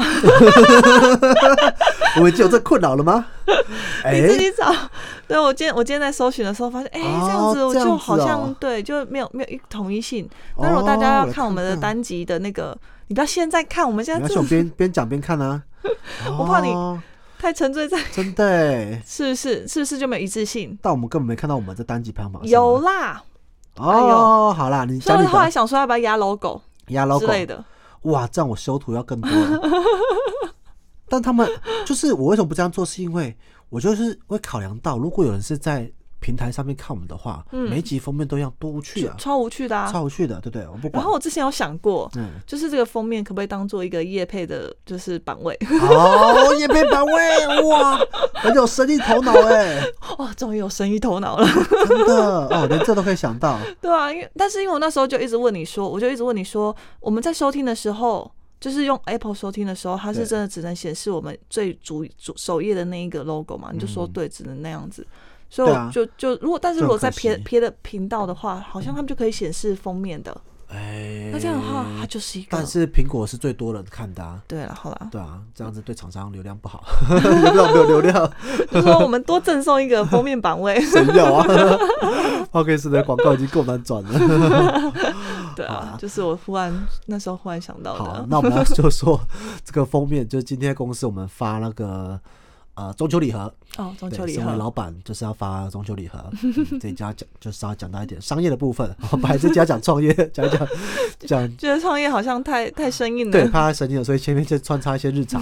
[SPEAKER 3] 我们已经有这困扰了吗？哎、
[SPEAKER 2] 你自己找。对我今天我今天在搜寻的时候发现，哎、这样子
[SPEAKER 3] 哦
[SPEAKER 2] 我
[SPEAKER 3] 这样子
[SPEAKER 2] 就
[SPEAKER 3] 哦
[SPEAKER 2] 好像、对，就没有没有一统一性。
[SPEAKER 3] 哦
[SPEAKER 2] 那如果大家
[SPEAKER 3] 我
[SPEAKER 2] 要
[SPEAKER 3] 来
[SPEAKER 2] 看我们的
[SPEAKER 3] 看
[SPEAKER 2] 单集的那个，你不要现在看，我们现在
[SPEAKER 3] 你要
[SPEAKER 2] 这
[SPEAKER 3] 想边边讲边看啊。
[SPEAKER 2] 我怕你
[SPEAKER 3] 哦
[SPEAKER 2] 太沉醉在，
[SPEAKER 3] 真的欸，
[SPEAKER 2] 是不是？是不是就没有一致性？
[SPEAKER 3] 但我们根本没看到我们在单集排行榜上啊。
[SPEAKER 2] 有啦，
[SPEAKER 3] 哦，好啦，你
[SPEAKER 2] 所以
[SPEAKER 3] 讲
[SPEAKER 2] 我
[SPEAKER 3] 你
[SPEAKER 2] 后来
[SPEAKER 3] 的
[SPEAKER 2] 想说要不要压 logo
[SPEAKER 3] 压 logo
[SPEAKER 2] 之类的，
[SPEAKER 3] 哇，这样我修图要 更多了。但他们就是我为什么不这样做，是因为我就是会考量到，如果有人是在平台上面看我们的话，
[SPEAKER 2] 嗯
[SPEAKER 3] 每一集封面都要多无趣
[SPEAKER 2] 就
[SPEAKER 3] 啊，
[SPEAKER 2] 超无趣的啊。
[SPEAKER 3] 超无趣的，对不对？我不管。
[SPEAKER 2] 然后我之前有想过，
[SPEAKER 3] 嗯，
[SPEAKER 2] 就是这个封面可不可以当做一个叶配的，就是版位？
[SPEAKER 3] 好，也被版位哇，很有生意头脑哎、
[SPEAKER 2] 哇，终于有生意头脑了，
[SPEAKER 3] 真的哦，连这都可以想到。
[SPEAKER 2] 对啊，因为但是因为我那时候就一直问你说，我就一直问你说，我们在收听的时候，就是用 Apple 收听的时候，它是
[SPEAKER 3] 对
[SPEAKER 2] 真的只能显示我们最主主首页的那一个 logo 嘛？你就说
[SPEAKER 3] 嗯
[SPEAKER 2] 对，只能那样子。所以
[SPEAKER 3] 对啊
[SPEAKER 2] 我就、就如果但是如果
[SPEAKER 3] 这
[SPEAKER 2] 在
[SPEAKER 3] 很可惜
[SPEAKER 2] 别别的频道的话，好像他们就可以显示封面的。
[SPEAKER 3] 哎，
[SPEAKER 2] 那这样的话，它就是一个。
[SPEAKER 3] 但是苹果是最多人看的、啊，
[SPEAKER 2] 对了，好了，
[SPEAKER 3] 对啊，这样子对厂商流量不好，有没有没有流量？
[SPEAKER 2] 就说我们多赠送一个封面版 位。
[SPEAKER 3] 谁要 啊？OK，是的，广告已经够难转了。
[SPEAKER 2] 对
[SPEAKER 3] 好
[SPEAKER 2] 啊
[SPEAKER 3] 啊，
[SPEAKER 2] 就是我忽然那时候忽然想到
[SPEAKER 3] 好啊
[SPEAKER 2] 的，。
[SPEAKER 3] 那我们要就说这个封面，就是今天公司我们发那个呃中秋礼盒，
[SPEAKER 2] 哦，中秋
[SPEAKER 3] 对，
[SPEAKER 2] 礼
[SPEAKER 3] 身为
[SPEAKER 2] 盒
[SPEAKER 3] 老板就是要发中秋礼盒， 嗯这一家讲就是要讲到一点商业的部分，我本来是讲讲创业， 讲讲讲
[SPEAKER 2] 觉得创业好像太太生硬了。
[SPEAKER 3] 对，怕他神经了，所以前面就穿插一些 日常。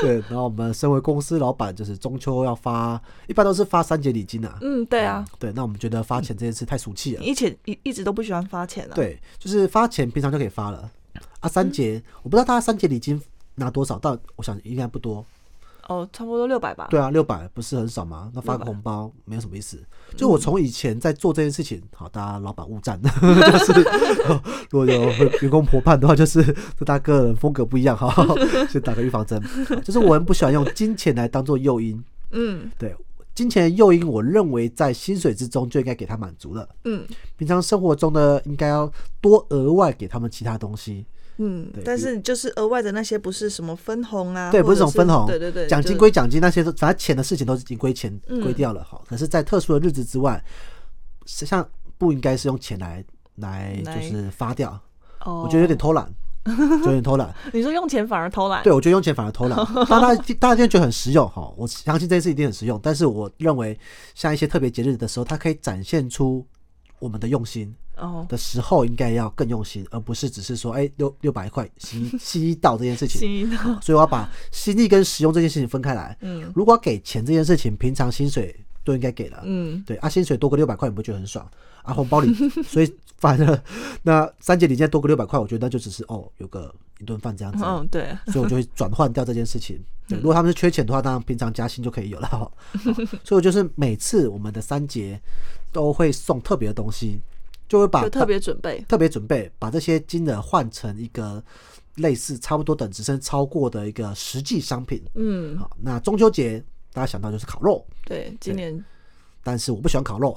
[SPEAKER 3] 对，然后我们身为公司老板，就是中秋要发，一般都是发三节礼金啊。
[SPEAKER 2] 嗯，对啊，
[SPEAKER 3] 对，那我们觉得发钱这件事太俗气了。
[SPEAKER 2] 以前一一直都不喜欢发钱啊。，
[SPEAKER 3] 对，就是发钱平常就可以发了啊。三节，我不知道大家三节礼金拿多少，但我想应该不多。
[SPEAKER 2] 哦，差不多六百吧。
[SPEAKER 3] 对啊，六百不是很少吗？那发个
[SPEAKER 2] 600
[SPEAKER 3] 红包没有什么意思。就我从以前在做这件事情，好，大家老板 勿赞，就是呃如果有员工婆判的话，就是 这大家个人风格不一样哈， 先打个预防针。就是我很不喜欢用金钱来当做诱因，
[SPEAKER 2] 嗯
[SPEAKER 3] 对金钱的诱因，我认为在薪水之中就应该给他满足了。
[SPEAKER 2] 嗯
[SPEAKER 3] 平常生活中呢，应该要多额外给他们其他东西，
[SPEAKER 2] 嗯
[SPEAKER 3] 对，
[SPEAKER 2] 但是就是额外的那些不是什么分红啊，
[SPEAKER 3] 对，
[SPEAKER 2] 或
[SPEAKER 3] 不是这
[SPEAKER 2] 者
[SPEAKER 3] 种分红，
[SPEAKER 2] 对对对，
[SPEAKER 3] 奖
[SPEAKER 2] 就
[SPEAKER 3] 金
[SPEAKER 2] 是
[SPEAKER 3] 归奖金，那些都反正钱的事情都已经归钱
[SPEAKER 2] 嗯
[SPEAKER 3] 归掉了，好、可是，在特殊的日子之外，实际上不应该是用钱来来
[SPEAKER 2] 来
[SPEAKER 3] 就是发掉，
[SPEAKER 2] 哦，
[SPEAKER 3] 我觉得有点偷懒，就有点 偷懒。
[SPEAKER 2] 你说用钱反而偷懒，
[SPEAKER 3] 对，我觉得用钱反而偷懒。当然，大家一定觉得很实用，好，我相信这件事一定很实用。但是，我认为像一些特别节日的时候，它可以展现出我们的用心
[SPEAKER 2] 哦，
[SPEAKER 3] 的时候，应该要更用心，而不是只是说，哎、六六百块吸 吸到这件事情。
[SPEAKER 2] 行，
[SPEAKER 3] 所以，我要把心意跟实用这件事情分开来。
[SPEAKER 2] 嗯
[SPEAKER 3] 如果给钱这件事情，平常薪水都应该给了，
[SPEAKER 2] 嗯，
[SPEAKER 3] 对啊，薪水多个六百块，你不觉得很爽啊？红包里， 所以反正那三节礼金多个六百块，我觉得那就只是哦，有个一顿饭这样子，
[SPEAKER 2] 嗯对，
[SPEAKER 3] 所以我就会转换掉这件事 情。对，如果他们是缺钱的话，当然平常加薪就可以有了。好所以我就是每次我们的三节都会送特别的东西，就会把
[SPEAKER 2] 有特别准备，
[SPEAKER 3] 特别准备把这些金额换成一个类似差不多等值甚至超过的一个实际商品。
[SPEAKER 2] 嗯
[SPEAKER 3] 好，那中秋节大家想到就是烤肉，
[SPEAKER 2] 对，今年
[SPEAKER 3] 但是我不喜欢烤肉，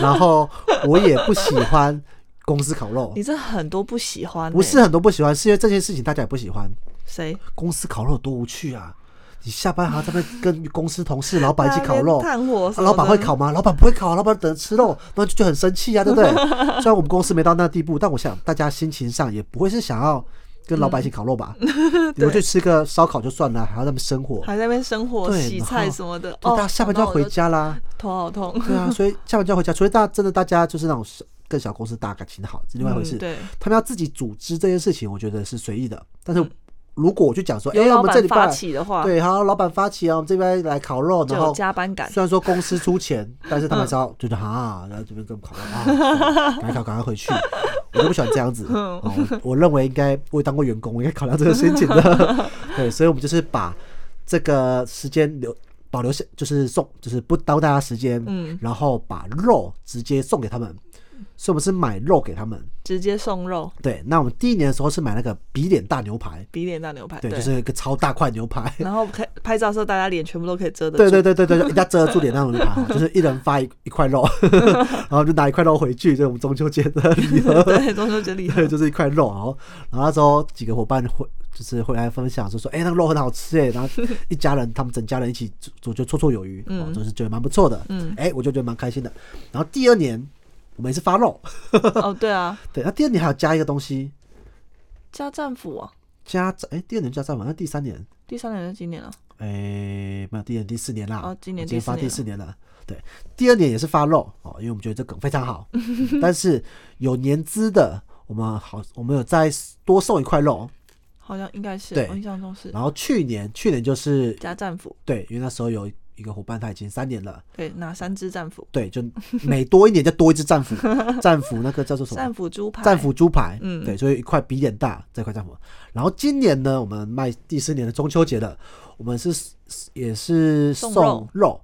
[SPEAKER 3] 然后我也不喜欢公司烤肉
[SPEAKER 2] 你，这很多不喜欢欸，
[SPEAKER 3] 不是很多不喜欢，是因为这件事情大家也不喜欢。
[SPEAKER 2] 谁
[SPEAKER 3] 公司烤肉有多无趣啊！你下班还要在那边跟公司同事、老板一起烤肉。
[SPEAKER 2] 在那边炭火
[SPEAKER 3] 啊
[SPEAKER 2] 什么的，
[SPEAKER 3] 老板会烤吗？老板不会烤啊，老板等着吃肉，那就就很生气啊，对 不对？虽然我们公司没到那地步，但我想大家心情上也不会是想要跟老板一起烤肉吧？
[SPEAKER 2] 嗯
[SPEAKER 3] 你们去吃个烧烤就算了，还要那么生火，
[SPEAKER 2] 还在那边生火、
[SPEAKER 3] 对
[SPEAKER 2] 洗
[SPEAKER 3] 然
[SPEAKER 2] 菜
[SPEAKER 3] 后
[SPEAKER 2] 什么的，
[SPEAKER 3] 对，
[SPEAKER 2] 哦，
[SPEAKER 3] 大家下班就要
[SPEAKER 2] 想到
[SPEAKER 3] 回
[SPEAKER 2] 我
[SPEAKER 3] 家啦。
[SPEAKER 2] 头好痛。
[SPEAKER 3] 对啊，所以下班就要回家。 除非大真的大家就是那种小更小公司，大家感情好是另外一回事。
[SPEAKER 2] 嗯对，
[SPEAKER 3] 他们要自己组织这件事情，我觉得是随意的。但是如果我就讲说，哎、
[SPEAKER 2] 由
[SPEAKER 3] 我
[SPEAKER 2] 嗯老
[SPEAKER 3] 们这
[SPEAKER 2] 板
[SPEAKER 3] 礼
[SPEAKER 2] 发
[SPEAKER 3] 拜
[SPEAKER 2] 起的话，
[SPEAKER 3] 对，好，老板发起啊，我们这边来烤肉，
[SPEAKER 2] 就
[SPEAKER 3] 然
[SPEAKER 2] 有
[SPEAKER 3] 后
[SPEAKER 2] 加班感。嗯
[SPEAKER 3] 虽然说公司 出钱，但是他们还是要就是哈，然后这边跟我们烤肉啊， 赶快烤，赶快回去。我就不喜欢这样子，
[SPEAKER 2] 嗯
[SPEAKER 3] 哦、我我认为应该我也当过员工，我应该考量这个心情 的。对，所以我们就是把这个时间留保留下，就是送，就是不耽误大家时间，
[SPEAKER 2] 嗯，
[SPEAKER 3] 然后把肉直接送给他们，所以我们是买肉给他们。
[SPEAKER 2] 直接送肉，
[SPEAKER 3] 对，那我们第一年的时候是买那个比脸大牛排，
[SPEAKER 2] 比脸大牛排，
[SPEAKER 3] 对，就是一个超大块牛排。
[SPEAKER 2] 然后拍拍照的时候，大家脸全部都可以遮得
[SPEAKER 3] 对
[SPEAKER 2] 住。
[SPEAKER 3] 对对对对，人家遮得住脸那种牛排，就是一人发一一块肉，然后就拿一块肉回去，就是我们中秋节的礼盒。
[SPEAKER 2] 对，中秋节礼盒
[SPEAKER 3] 对，就是一块肉，然后然后那时候几个伙伴会就是会来分享说说，哎、那个肉很好吃哎，然后一家人他们整家人一起煮煮就绰绰有余，
[SPEAKER 2] 嗯
[SPEAKER 3] 哦，就是觉得蛮不错的，
[SPEAKER 2] 嗯
[SPEAKER 3] 哎、我就觉得蛮开心的。然后第二年我们也是发肉，
[SPEAKER 2] 哦，对啊，
[SPEAKER 3] 对，那第二年还要加一个东西，
[SPEAKER 2] 家战斧啊，
[SPEAKER 3] 加哎、第二年加战法，那第三年
[SPEAKER 2] 第三年就今年了，
[SPEAKER 3] 诶、哎没有第一年第四年啦，
[SPEAKER 2] 哦今年
[SPEAKER 3] 我今
[SPEAKER 2] 第
[SPEAKER 3] 年
[SPEAKER 2] 四
[SPEAKER 3] 发第
[SPEAKER 2] 年
[SPEAKER 3] 四年了。对，第二年也是发肉哦，因为我们觉得这梗非 常好，但是有年资的，我们好，我们有再多送一块肉。
[SPEAKER 2] 好像应该是，
[SPEAKER 3] 对
[SPEAKER 2] 我印象中是
[SPEAKER 3] 然后去年，去年就是
[SPEAKER 2] 加战斧，
[SPEAKER 3] 对，因为那时候有一个伙伴他已经三年了，
[SPEAKER 2] 对，拿三只战斧，
[SPEAKER 3] 对，就每多一年就多一只 战斧，战斧那个叫做什
[SPEAKER 2] 战
[SPEAKER 3] 么？
[SPEAKER 2] 斧猪排，
[SPEAKER 3] 战斧猪排，
[SPEAKER 2] 嗯
[SPEAKER 3] 对，所以一块比脸大，这块战斧。然后今年呢，我们卖第四年的中秋节了，我们是也是
[SPEAKER 2] 送
[SPEAKER 3] 送
[SPEAKER 2] 肉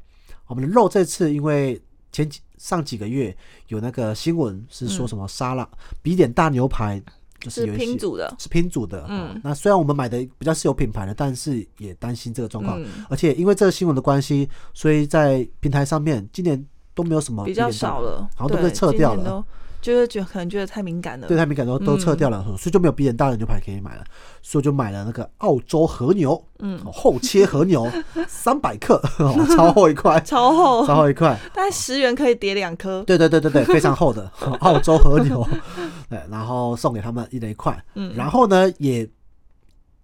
[SPEAKER 3] 我们的肉这次因为前几上几个月有那个新闻是说
[SPEAKER 2] 嗯
[SPEAKER 3] 什么沙拉、比脸大牛排，就是
[SPEAKER 2] 是
[SPEAKER 3] 有一
[SPEAKER 2] 拼
[SPEAKER 3] 些
[SPEAKER 2] 组的，
[SPEAKER 3] 是拼组的，
[SPEAKER 2] 嗯
[SPEAKER 3] 嗯，那虽然我们买的比较是有品牌的，但是也担心这个状况。
[SPEAKER 2] 嗯，
[SPEAKER 3] 而且因为这个新闻的关系，所以在平台上面今年都没有什么
[SPEAKER 2] 比较
[SPEAKER 3] 哦一点大
[SPEAKER 2] 少了，
[SPEAKER 3] 好像都
[SPEAKER 2] 对
[SPEAKER 3] 被撤掉
[SPEAKER 2] 今年
[SPEAKER 3] 了，
[SPEAKER 2] 都就是觉得可能觉得太敏感了，
[SPEAKER 3] 对太敏感都都撤
[SPEAKER 2] 嗯
[SPEAKER 3] 掉了，所以就没有比人大的牛排可以买了，所以我就买了那个澳洲和牛，
[SPEAKER 2] 嗯，
[SPEAKER 3] 哦，厚切和牛三百克， 哦超厚一块
[SPEAKER 2] 超厚，
[SPEAKER 3] 超厚一块，
[SPEAKER 2] 大概十元可以叠两颗，
[SPEAKER 3] 对对对对 对，非常厚的澳洲和牛，对，然后送给他们一人一块，
[SPEAKER 2] 嗯，
[SPEAKER 3] 然后呢也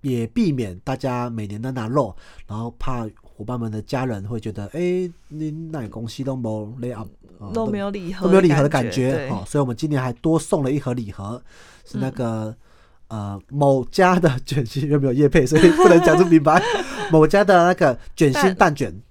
[SPEAKER 3] 也避免大家每年都拿肉，然后怕伙伴们的家人会觉得，哎、你哪公司都没 lay up，、呃、
[SPEAKER 2] 都没有礼盒，
[SPEAKER 3] 都没有礼盒的感
[SPEAKER 2] 感
[SPEAKER 3] 觉
[SPEAKER 2] 对
[SPEAKER 3] 哦，所以我们今年还多送了一盒礼盒，是那
[SPEAKER 2] 嗯
[SPEAKER 3] 个、呃某家的 卷心，因为没有叶配，所以不能讲出品 牌，某家的那个卷心
[SPEAKER 2] 蛋
[SPEAKER 3] 蛋卷。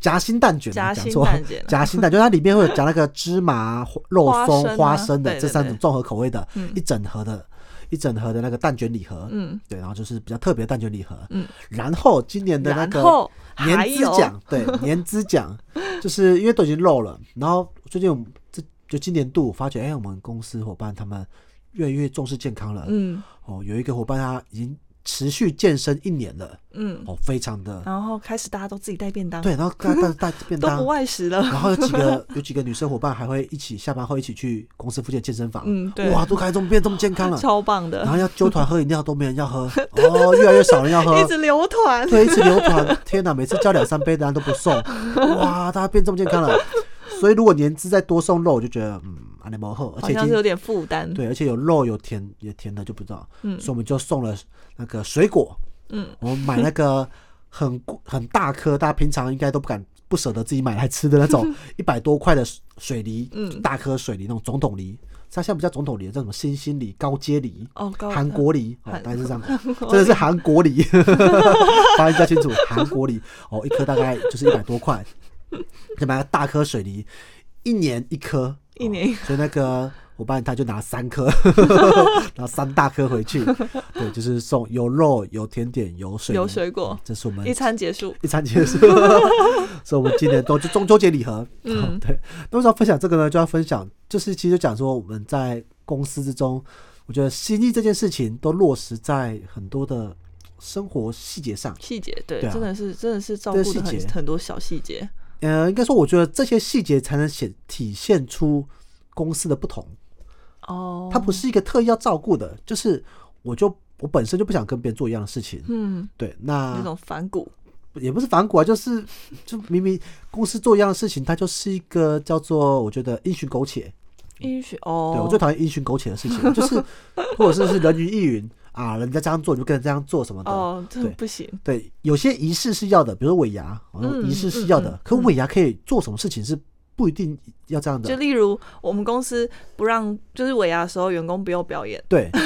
[SPEAKER 3] 夹心蛋卷啊，
[SPEAKER 2] 夹
[SPEAKER 3] 讲
[SPEAKER 2] 心
[SPEAKER 3] 错，
[SPEAKER 2] 蛋卷了，
[SPEAKER 3] 夹心蛋，就是它里面会有夹那个芝 麻、花肉
[SPEAKER 2] 花
[SPEAKER 3] 松
[SPEAKER 2] 生、啊
[SPEAKER 3] 花生的
[SPEAKER 2] 对
[SPEAKER 3] 这
[SPEAKER 2] 对
[SPEAKER 3] 三
[SPEAKER 2] 对
[SPEAKER 3] 种综合口味的，
[SPEAKER 2] 嗯
[SPEAKER 3] 一整盒的，一整盒的那个蛋卷礼盒，
[SPEAKER 2] 嗯
[SPEAKER 3] 对，然后就是比较特别的蛋卷礼盒。
[SPEAKER 2] 嗯，
[SPEAKER 3] 然后今年的那
[SPEAKER 2] 然
[SPEAKER 3] 个
[SPEAKER 2] 后还
[SPEAKER 3] 年资
[SPEAKER 2] 有
[SPEAKER 3] 奖，对， 年资奖，就是因为都已经漏了，然后最近我们这就今年度我发觉，哎，我们公司伙伴他们越来越重视健康了。
[SPEAKER 2] 嗯
[SPEAKER 3] 哦，有一个伙伴他已经持续健身一年了，
[SPEAKER 2] 嗯，
[SPEAKER 3] 哦，非常的。
[SPEAKER 2] 然后开始大家都自己带便当，
[SPEAKER 3] 对，然后带带带便
[SPEAKER 2] 都
[SPEAKER 3] 当
[SPEAKER 2] 不，外食了，
[SPEAKER 3] 然后有几个 有几个女生伙伴还会一起下班后一起去公司附近的健身房，
[SPEAKER 2] 嗯对
[SPEAKER 3] 哇，都开始这么变这么健康了，
[SPEAKER 2] 超棒
[SPEAKER 3] 然
[SPEAKER 2] 的，
[SPEAKER 3] 后要揪团喝饮料都没人要 喝，哦，越来越少人要喝，
[SPEAKER 2] 一直留团，
[SPEAKER 3] 对，一直流团， 天哪，每次叫两三杯的人都不送，哇，大家变这么健康了，所以如果年资再多送肉，我就觉得嗯，安利摩后，而
[SPEAKER 2] 好
[SPEAKER 3] 且已
[SPEAKER 2] 像是有
[SPEAKER 3] 经
[SPEAKER 2] 点负担，
[SPEAKER 3] 对，而且有肉有甜也甜的就不知道，
[SPEAKER 2] 嗯
[SPEAKER 3] 所以我们就送了那个水果，
[SPEAKER 2] 嗯，
[SPEAKER 3] 我们买那个 很贵很大颗，大家平常应该都不敢不舍得自己买来吃的 那种一百多块的水水梨，
[SPEAKER 2] 嗯
[SPEAKER 3] 大颗水梨那种总统梨，它现在不叫总统梨，叫什么新兴梨、高阶梨。
[SPEAKER 2] 哦，高
[SPEAKER 3] 韩国梨哦
[SPEAKER 2] 韩，
[SPEAKER 3] 大概是这样，
[SPEAKER 2] 国
[SPEAKER 3] 真的是韩国梨，发音比较清楚。韩国梨哦，一颗大概就是一百多块，就买个大颗水梨，一年一颗，哦
[SPEAKER 2] 一年一
[SPEAKER 3] 所以那个伙伴他就拿三 颗，拿三大颗回去。对，就是送有肉、有甜点、有水、
[SPEAKER 2] 有水果
[SPEAKER 3] 嗯这是我们
[SPEAKER 2] 一餐结束，
[SPEAKER 3] 一餐结束， 所以我们今年都就中秋节礼盒。
[SPEAKER 2] 嗯
[SPEAKER 3] 对。那为什么要分享这个呢？就要分享，就是其实就讲说我们在公司之中，我觉得心意这件事情都落实在很多的生活细节上。
[SPEAKER 2] 细节对，
[SPEAKER 3] 对啊
[SPEAKER 2] 真的是真的是照
[SPEAKER 3] 这
[SPEAKER 2] 顾
[SPEAKER 3] 是
[SPEAKER 2] 的
[SPEAKER 3] 细节
[SPEAKER 2] 很很多小细节，
[SPEAKER 3] 呃，应该说，我觉得这些细节才能显体现出公司的不同。
[SPEAKER 2] 哦，
[SPEAKER 3] 它不，是一个特意要照顾的，就是我就我本身就不想跟别人做一样的事情。
[SPEAKER 2] 嗯，
[SPEAKER 3] 对，
[SPEAKER 2] 那
[SPEAKER 3] 那
[SPEAKER 2] 种反骨，
[SPEAKER 3] 也不是反骨啊，就是 就明明公司做一样的事情，它就是一个叫做我觉得因循苟且。
[SPEAKER 2] 也许哦，
[SPEAKER 3] 嗯对我最讨厌因循苟且的事情，就是或者是是人云亦云啊，人家这样做你就跟着这样做什么的。
[SPEAKER 2] 哦，这
[SPEAKER 3] 对
[SPEAKER 2] 不行，
[SPEAKER 3] 对，有些仪式是要的，比如说尾牙，哦
[SPEAKER 2] 嗯
[SPEAKER 3] 仪式是要的，
[SPEAKER 2] 嗯嗯
[SPEAKER 3] 可尾牙可以做什么事情是不一定要这样
[SPEAKER 2] 就
[SPEAKER 3] 的。，
[SPEAKER 2] 例如我们公司不让，就是尾牙的时候员工不用表演
[SPEAKER 3] 对，但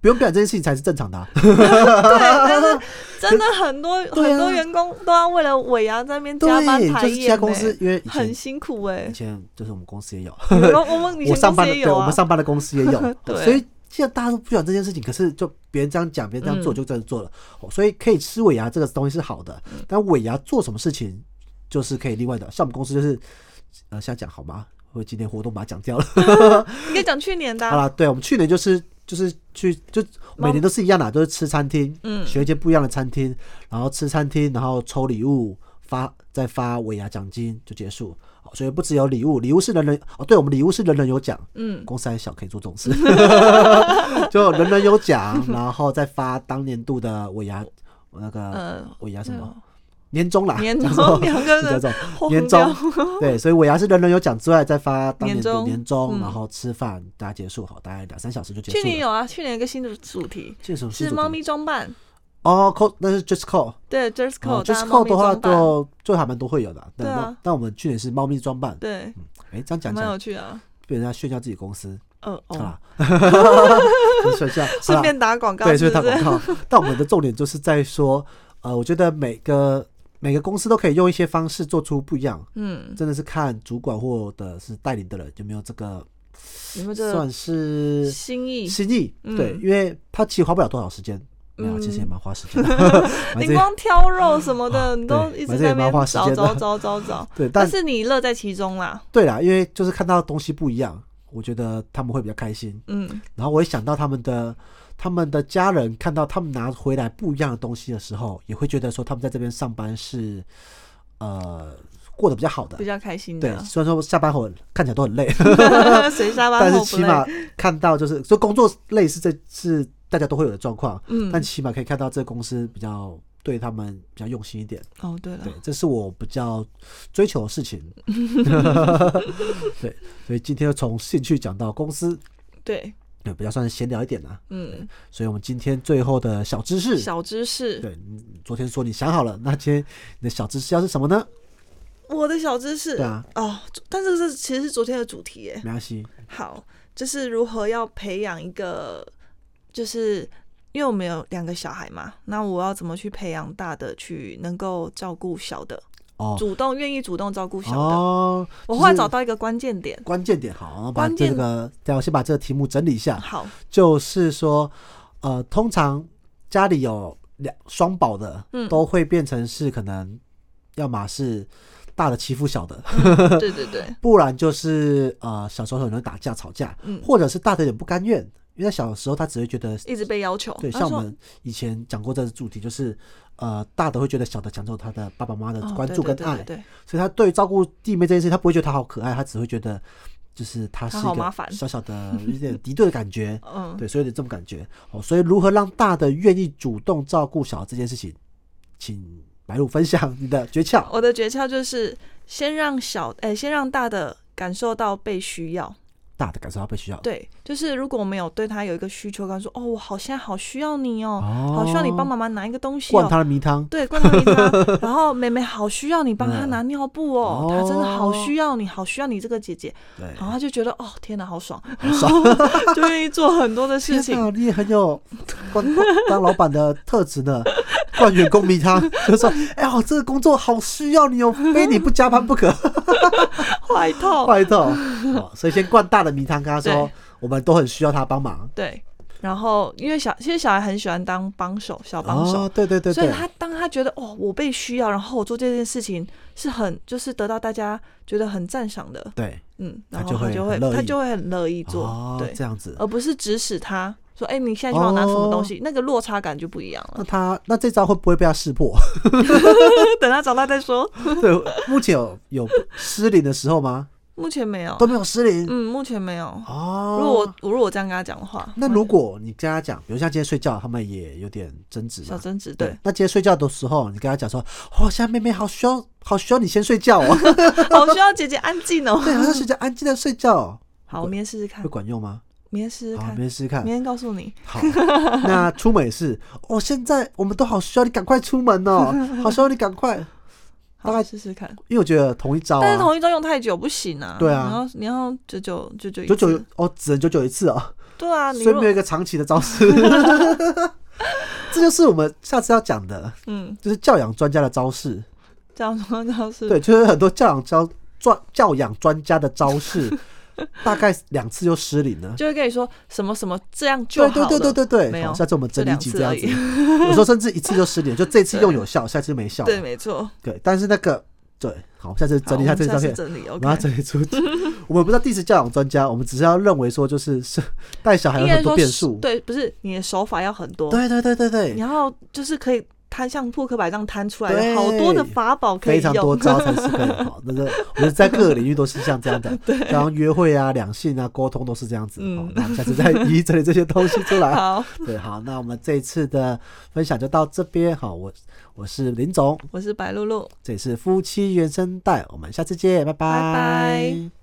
[SPEAKER 3] 不用表演这件事情才是正常 的、啊。
[SPEAKER 2] 对，但是真的很多、
[SPEAKER 3] 对啊
[SPEAKER 2] 很多员工都要为了尾牙在那边加班
[SPEAKER 3] 对，
[SPEAKER 2] 排
[SPEAKER 3] 就是其他
[SPEAKER 2] 演、
[SPEAKER 3] 公司
[SPEAKER 2] 欸，
[SPEAKER 3] 因为以
[SPEAKER 2] 很
[SPEAKER 3] 前
[SPEAKER 2] 辛苦哎、
[SPEAKER 3] 以前就是我们公 司也有，
[SPEAKER 2] 你们我们以
[SPEAKER 3] 我
[SPEAKER 2] 前
[SPEAKER 3] 上
[SPEAKER 2] 公
[SPEAKER 3] 班
[SPEAKER 2] 司
[SPEAKER 3] 的
[SPEAKER 2] 也
[SPEAKER 3] 对
[SPEAKER 2] 有
[SPEAKER 3] 我
[SPEAKER 2] 啊
[SPEAKER 3] 们，上班的公司也 有，哦
[SPEAKER 2] 对
[SPEAKER 3] 所以现在大家都不喜欢这件事情，可是就别人这样讲，别人这样做
[SPEAKER 2] 嗯
[SPEAKER 3] 就这样做了，哦所以可以吃尾牙这个东西是好的，
[SPEAKER 2] 嗯
[SPEAKER 3] 但尾牙做什么事情就是可以另外的，像我们公司就是呃现在讲好吗？我今天活动把它讲掉了，
[SPEAKER 2] 应该讲去年的
[SPEAKER 3] 好
[SPEAKER 2] 啊、
[SPEAKER 3] 啦，对我们去年就是就是去就每年都是一样的，都、是吃餐厅，
[SPEAKER 2] 嗯
[SPEAKER 3] 选一间不一样的餐厅，然后吃餐厅，然后抽礼物，发再发尾牙奖金就结束。好，所以不只有礼物，礼物是人人哦，对我们礼物是人人有奖，
[SPEAKER 2] 嗯，
[SPEAKER 3] 公司还小可以做这种事， 就人人有奖，然后再发当年度的尾牙那个
[SPEAKER 2] 呃，
[SPEAKER 3] 尾啊牙什么啊
[SPEAKER 2] 对
[SPEAKER 3] 年终啦，
[SPEAKER 2] 年
[SPEAKER 3] 讲什么
[SPEAKER 2] 终两个
[SPEAKER 3] 是叫
[SPEAKER 2] 人
[SPEAKER 3] 做
[SPEAKER 2] 荒
[SPEAKER 3] 年
[SPEAKER 2] 掉
[SPEAKER 3] 终，对，所以尾牙是人人有奖之外，再发当年
[SPEAKER 2] 年
[SPEAKER 3] 度
[SPEAKER 2] 终
[SPEAKER 3] 年终，
[SPEAKER 2] 嗯
[SPEAKER 3] 然后吃饭，大家结束好，大概两三小时就结束
[SPEAKER 2] 去年
[SPEAKER 3] 了。
[SPEAKER 2] 有啊，去年有一个新的主题
[SPEAKER 3] 这什么
[SPEAKER 2] 是猫咪装扮，
[SPEAKER 3] 哦，call 那是 just call，
[SPEAKER 2] 对 j e s c o
[SPEAKER 3] 哦 just call 的话就就还蛮多会有的，
[SPEAKER 2] 对啊
[SPEAKER 3] 但但我们去年是猫咪装扮，
[SPEAKER 2] 对，
[SPEAKER 3] 哎，这样讲起
[SPEAKER 2] 蛮有
[SPEAKER 3] 来
[SPEAKER 2] 趣啊。
[SPEAKER 3] 被人家炫耀自己公司
[SPEAKER 2] 呃哦，
[SPEAKER 3] 啊， 就是炫耀，好
[SPEAKER 2] 顺
[SPEAKER 3] 啦
[SPEAKER 2] 便打广告，
[SPEAKER 3] 对，
[SPEAKER 2] 是
[SPEAKER 3] 是
[SPEAKER 2] 不
[SPEAKER 3] 打广
[SPEAKER 2] 是？
[SPEAKER 3] 告。 但我们的重点就是在说，呃，我觉得每个每个公司都可以用一些方式做出不一样，
[SPEAKER 2] 嗯，
[SPEAKER 3] 真的是看主管或者是带领的人有没有这个
[SPEAKER 2] 有没有这个
[SPEAKER 3] 算是
[SPEAKER 2] 心意？
[SPEAKER 3] 心意。
[SPEAKER 2] 嗯
[SPEAKER 3] 对，因为他其实花不了多少时间，没有，
[SPEAKER 2] 嗯
[SPEAKER 3] 其实也蛮花时间 的。反
[SPEAKER 2] 你
[SPEAKER 3] 正
[SPEAKER 2] 光挑肉什么的，
[SPEAKER 3] 啊
[SPEAKER 2] 你都
[SPEAKER 3] 对
[SPEAKER 2] 一直
[SPEAKER 3] 反正
[SPEAKER 2] 在
[SPEAKER 3] 也
[SPEAKER 2] 那边
[SPEAKER 3] 蛮花时
[SPEAKER 2] 找
[SPEAKER 3] 间
[SPEAKER 2] 找
[SPEAKER 3] 的
[SPEAKER 2] 找找找，
[SPEAKER 3] 对，但
[SPEAKER 2] 但是你乐在其中啦。
[SPEAKER 3] 对啦，因为就是看到东西不一样，我觉得他们会比较开心。
[SPEAKER 2] 嗯
[SPEAKER 3] 然后我也想到他们的他们的家人看到他们拿回来不一样的东西的时候，也会觉得说他们在这边上班是呃过得比较好的
[SPEAKER 2] 比。较开心
[SPEAKER 3] 对
[SPEAKER 2] 的，，
[SPEAKER 3] 虽然说下班后看起来都很累，
[SPEAKER 2] 谁下班
[SPEAKER 3] 但
[SPEAKER 2] 后
[SPEAKER 3] 是
[SPEAKER 2] 不
[SPEAKER 3] 起
[SPEAKER 2] 累？
[SPEAKER 3] 码看到就是说工作累是这是大家都会有的状况，
[SPEAKER 2] 嗯
[SPEAKER 3] 但，起码可以看到这个公司比较对他们比较用心一点。
[SPEAKER 2] 哦对了
[SPEAKER 3] 对，，这是我比较追求的 事情。 对，所以今天就从兴趣讲到公司，
[SPEAKER 2] 对，
[SPEAKER 3] 对，比较算是闲聊一点啦、
[SPEAKER 2] 嗯，
[SPEAKER 3] 所以我们今天最后的小知识，
[SPEAKER 2] 小知识，
[SPEAKER 3] 对，你你昨天说你想好了，那今天你的小知识要是什么呢？
[SPEAKER 2] 我的小知识
[SPEAKER 3] 对啊，
[SPEAKER 2] 哦，但是这其实是昨天的主题耶。
[SPEAKER 3] 没关系，
[SPEAKER 2] 好，就是如何要培养一个，就是因为我们有两个小孩嘛，那我要怎么去培养大的去能够照顾小的，
[SPEAKER 3] 哦
[SPEAKER 2] 主动愿意主动照顾小的？
[SPEAKER 3] 哦，
[SPEAKER 2] 我后来找
[SPEAKER 3] 到
[SPEAKER 2] 到一个关键点，
[SPEAKER 3] 关键点，好，我把
[SPEAKER 2] 关
[SPEAKER 3] 这
[SPEAKER 2] 键
[SPEAKER 3] 个，对，我先把这个题目整理一下，
[SPEAKER 2] 好，
[SPEAKER 3] 就是说，呃，通常家里有两双宝的，
[SPEAKER 2] 嗯
[SPEAKER 3] 都会变成是可能，要么是大的欺负小的，
[SPEAKER 2] 对对对，
[SPEAKER 3] 不然就是呃小时候很容易打架吵架，
[SPEAKER 2] 嗯，
[SPEAKER 3] 或者是大的有点不甘愿，因为他小时候他只会觉得
[SPEAKER 2] 一直被要求，
[SPEAKER 3] 对，
[SPEAKER 2] 哦他
[SPEAKER 3] 像
[SPEAKER 2] 说
[SPEAKER 3] 我们以前讲过这个主题，就是呃，大的会觉得小的抢走他的爸爸妈妈的
[SPEAKER 2] 哦
[SPEAKER 3] 关
[SPEAKER 2] 对
[SPEAKER 3] 注
[SPEAKER 2] 对
[SPEAKER 3] 跟
[SPEAKER 2] 对
[SPEAKER 3] 爱，
[SPEAKER 2] 对对
[SPEAKER 3] 所以他对于照顾弟妹这件事，他不会觉得她好可爱，他只会觉得就是她是
[SPEAKER 2] 她
[SPEAKER 3] 一
[SPEAKER 2] 好麻
[SPEAKER 3] 个
[SPEAKER 2] 烦
[SPEAKER 3] 小小 的有点敌对的感觉，
[SPEAKER 2] 嗯，
[SPEAKER 3] 对，所以有点这种感觉哦。所以如何让大的愿意主动照顾小的这件事情，请白露分享你的诀窍
[SPEAKER 2] 我的诀窍就是先让小，哎、先让大的感受到被需要。
[SPEAKER 3] 大的感受到被需要，
[SPEAKER 2] 对，就是如果我们有对他有一个需求，跟他说，哦，我好现在好需要你
[SPEAKER 3] 哦，
[SPEAKER 2] 哦，
[SPEAKER 3] 好
[SPEAKER 2] 好需要你帮妈妈拿一个东西
[SPEAKER 3] 灌
[SPEAKER 2] 哦。
[SPEAKER 3] 他的迷汤，
[SPEAKER 2] 对，灌 汤他，然后妹妹好需要你帮她
[SPEAKER 3] 嗯
[SPEAKER 2] 拿尿布哦，
[SPEAKER 3] 哦
[SPEAKER 2] 她真的好需要你，好需要你这个姐姐，
[SPEAKER 3] 对，
[SPEAKER 2] 然后她就觉得哦，天哪，好爽，
[SPEAKER 3] 好 爽，
[SPEAKER 2] 就愿意做很多的事
[SPEAKER 3] 天
[SPEAKER 2] 情。
[SPEAKER 3] 哪，你也很有当当老板的特质呢。灌员工迷汤， 就说：“哎呀，这个工作好需要你哦，非你不加班不 可。
[SPEAKER 2] 坏”透，
[SPEAKER 3] 坏透、哦，所以先灌大的迷汤，跟他说
[SPEAKER 2] 对：“
[SPEAKER 3] 我们都很需要他帮忙。
[SPEAKER 2] 对。然后因为小，其实小孩很喜欢当帮手，小”帮手，
[SPEAKER 3] 哦，对对对
[SPEAKER 2] 所以
[SPEAKER 3] 对，
[SPEAKER 2] 他当他觉得哦，我被需要，然后我做这件事情是很就是得到大家觉得很赞赏的，
[SPEAKER 3] 对
[SPEAKER 2] 嗯，
[SPEAKER 3] 他
[SPEAKER 2] 然后
[SPEAKER 3] 就
[SPEAKER 2] 他
[SPEAKER 3] 会
[SPEAKER 2] 就
[SPEAKER 3] 很
[SPEAKER 2] 会
[SPEAKER 3] 乐
[SPEAKER 2] 他
[SPEAKER 3] 意
[SPEAKER 2] 就会很乐意做，
[SPEAKER 3] 哦
[SPEAKER 2] 对，
[SPEAKER 3] 这样子。
[SPEAKER 2] 而不是指使他说，哎、你现在去帮我拿什么东
[SPEAKER 3] 哦
[SPEAKER 2] 西，那个落差感就不一样
[SPEAKER 3] 那
[SPEAKER 2] 了。
[SPEAKER 3] 他那这招会不会被他识破？
[SPEAKER 2] 等他长大再说，
[SPEAKER 3] 对，目前有有失灵的时候吗？
[SPEAKER 2] 目前没有
[SPEAKER 3] 都，没有失灵、
[SPEAKER 2] 嗯，目前没有。
[SPEAKER 3] 哦。
[SPEAKER 2] 如果我我如果这样跟他讲的话，
[SPEAKER 3] 那如果你跟他讲，比如像今天睡觉，他们也有点争执嘛，
[SPEAKER 2] 小争执，对，，
[SPEAKER 3] 那今天睡觉的时候，你跟他讲说，哦，现在妹妹好需要，好需要你先 睡觉哦，
[SPEAKER 2] 好需要姐姐安静哦。
[SPEAKER 3] 对，好像睡觉，安静的睡 觉哦，
[SPEAKER 2] 好，我明天试试看
[SPEAKER 3] 会，管用吗？
[SPEAKER 2] 明天试试
[SPEAKER 3] 好，
[SPEAKER 2] 看
[SPEAKER 3] 明，天试试看
[SPEAKER 2] 明。天告诉你。
[SPEAKER 3] 好，那出门也是，哦，现在我们都好需要你赶快出 门哦，好需要你赶快，大
[SPEAKER 2] 好，
[SPEAKER 3] 概
[SPEAKER 2] 试试看。
[SPEAKER 3] 因为我觉得同一招
[SPEAKER 2] 但是
[SPEAKER 3] 啊，
[SPEAKER 2] 同一周用太久不行啊。
[SPEAKER 3] 对啊
[SPEAKER 2] 你要你要久久久久一
[SPEAKER 3] 九九
[SPEAKER 2] 次
[SPEAKER 3] 哦，只能九九一次哦，
[SPEAKER 2] 对啊，你
[SPEAKER 3] 所以
[SPEAKER 2] 如
[SPEAKER 3] 没有一个长期的招 式。这就是我们下次要讲的，
[SPEAKER 2] 嗯
[SPEAKER 3] 就是教养专家的招式。
[SPEAKER 2] 这样说就是
[SPEAKER 3] 对，就是很多教养教专教养专家的 招式，大概两次就失灵了。
[SPEAKER 2] 就会跟你说什么什么这样就
[SPEAKER 3] 对
[SPEAKER 2] 好
[SPEAKER 3] 对
[SPEAKER 2] 了。
[SPEAKER 3] 对对对
[SPEAKER 2] 没
[SPEAKER 3] 对，
[SPEAKER 2] 有
[SPEAKER 3] 好，下次我们整理一集这样子
[SPEAKER 2] 就，
[SPEAKER 3] 有时候甚至一次就失联，就这次用有效，下次就没效。
[SPEAKER 2] 对没错。
[SPEAKER 3] 对，但是那个对，好，下次
[SPEAKER 2] 好
[SPEAKER 3] 整理一下
[SPEAKER 2] 我
[SPEAKER 3] 这
[SPEAKER 2] 们下
[SPEAKER 3] 张
[SPEAKER 2] 次
[SPEAKER 3] 片，
[SPEAKER 2] 整理
[SPEAKER 3] 我
[SPEAKER 2] OK
[SPEAKER 3] 们要。整理出。 我们不是第四教养专家，我们只是要认为说，就是是带小孩有
[SPEAKER 2] 应该
[SPEAKER 3] 很多
[SPEAKER 2] 说
[SPEAKER 3] 变
[SPEAKER 2] 是
[SPEAKER 3] 数。
[SPEAKER 2] 对，不是你的手法要很多，
[SPEAKER 3] 对对对对
[SPEAKER 2] 你
[SPEAKER 3] 对，
[SPEAKER 2] 要就是可以摊像扑克牌这样摊出来，
[SPEAKER 3] 对
[SPEAKER 2] 有好多的法宝可以
[SPEAKER 3] 非常多
[SPEAKER 2] 用。
[SPEAKER 3] 招才是可以好。那个，我觉得在各个领域都是像这样的，然后约会啊、两性啊、沟通都是这样子。
[SPEAKER 2] 嗯
[SPEAKER 3] 好，那我们下次再一一整理这些东西出来。
[SPEAKER 2] 好，
[SPEAKER 3] 对，好，那我们这一次的分享就到这边。好，我我是林总，
[SPEAKER 2] 我是白露露。
[SPEAKER 3] 这里是夫妻原声带，我们下次见，拜拜
[SPEAKER 2] 拜拜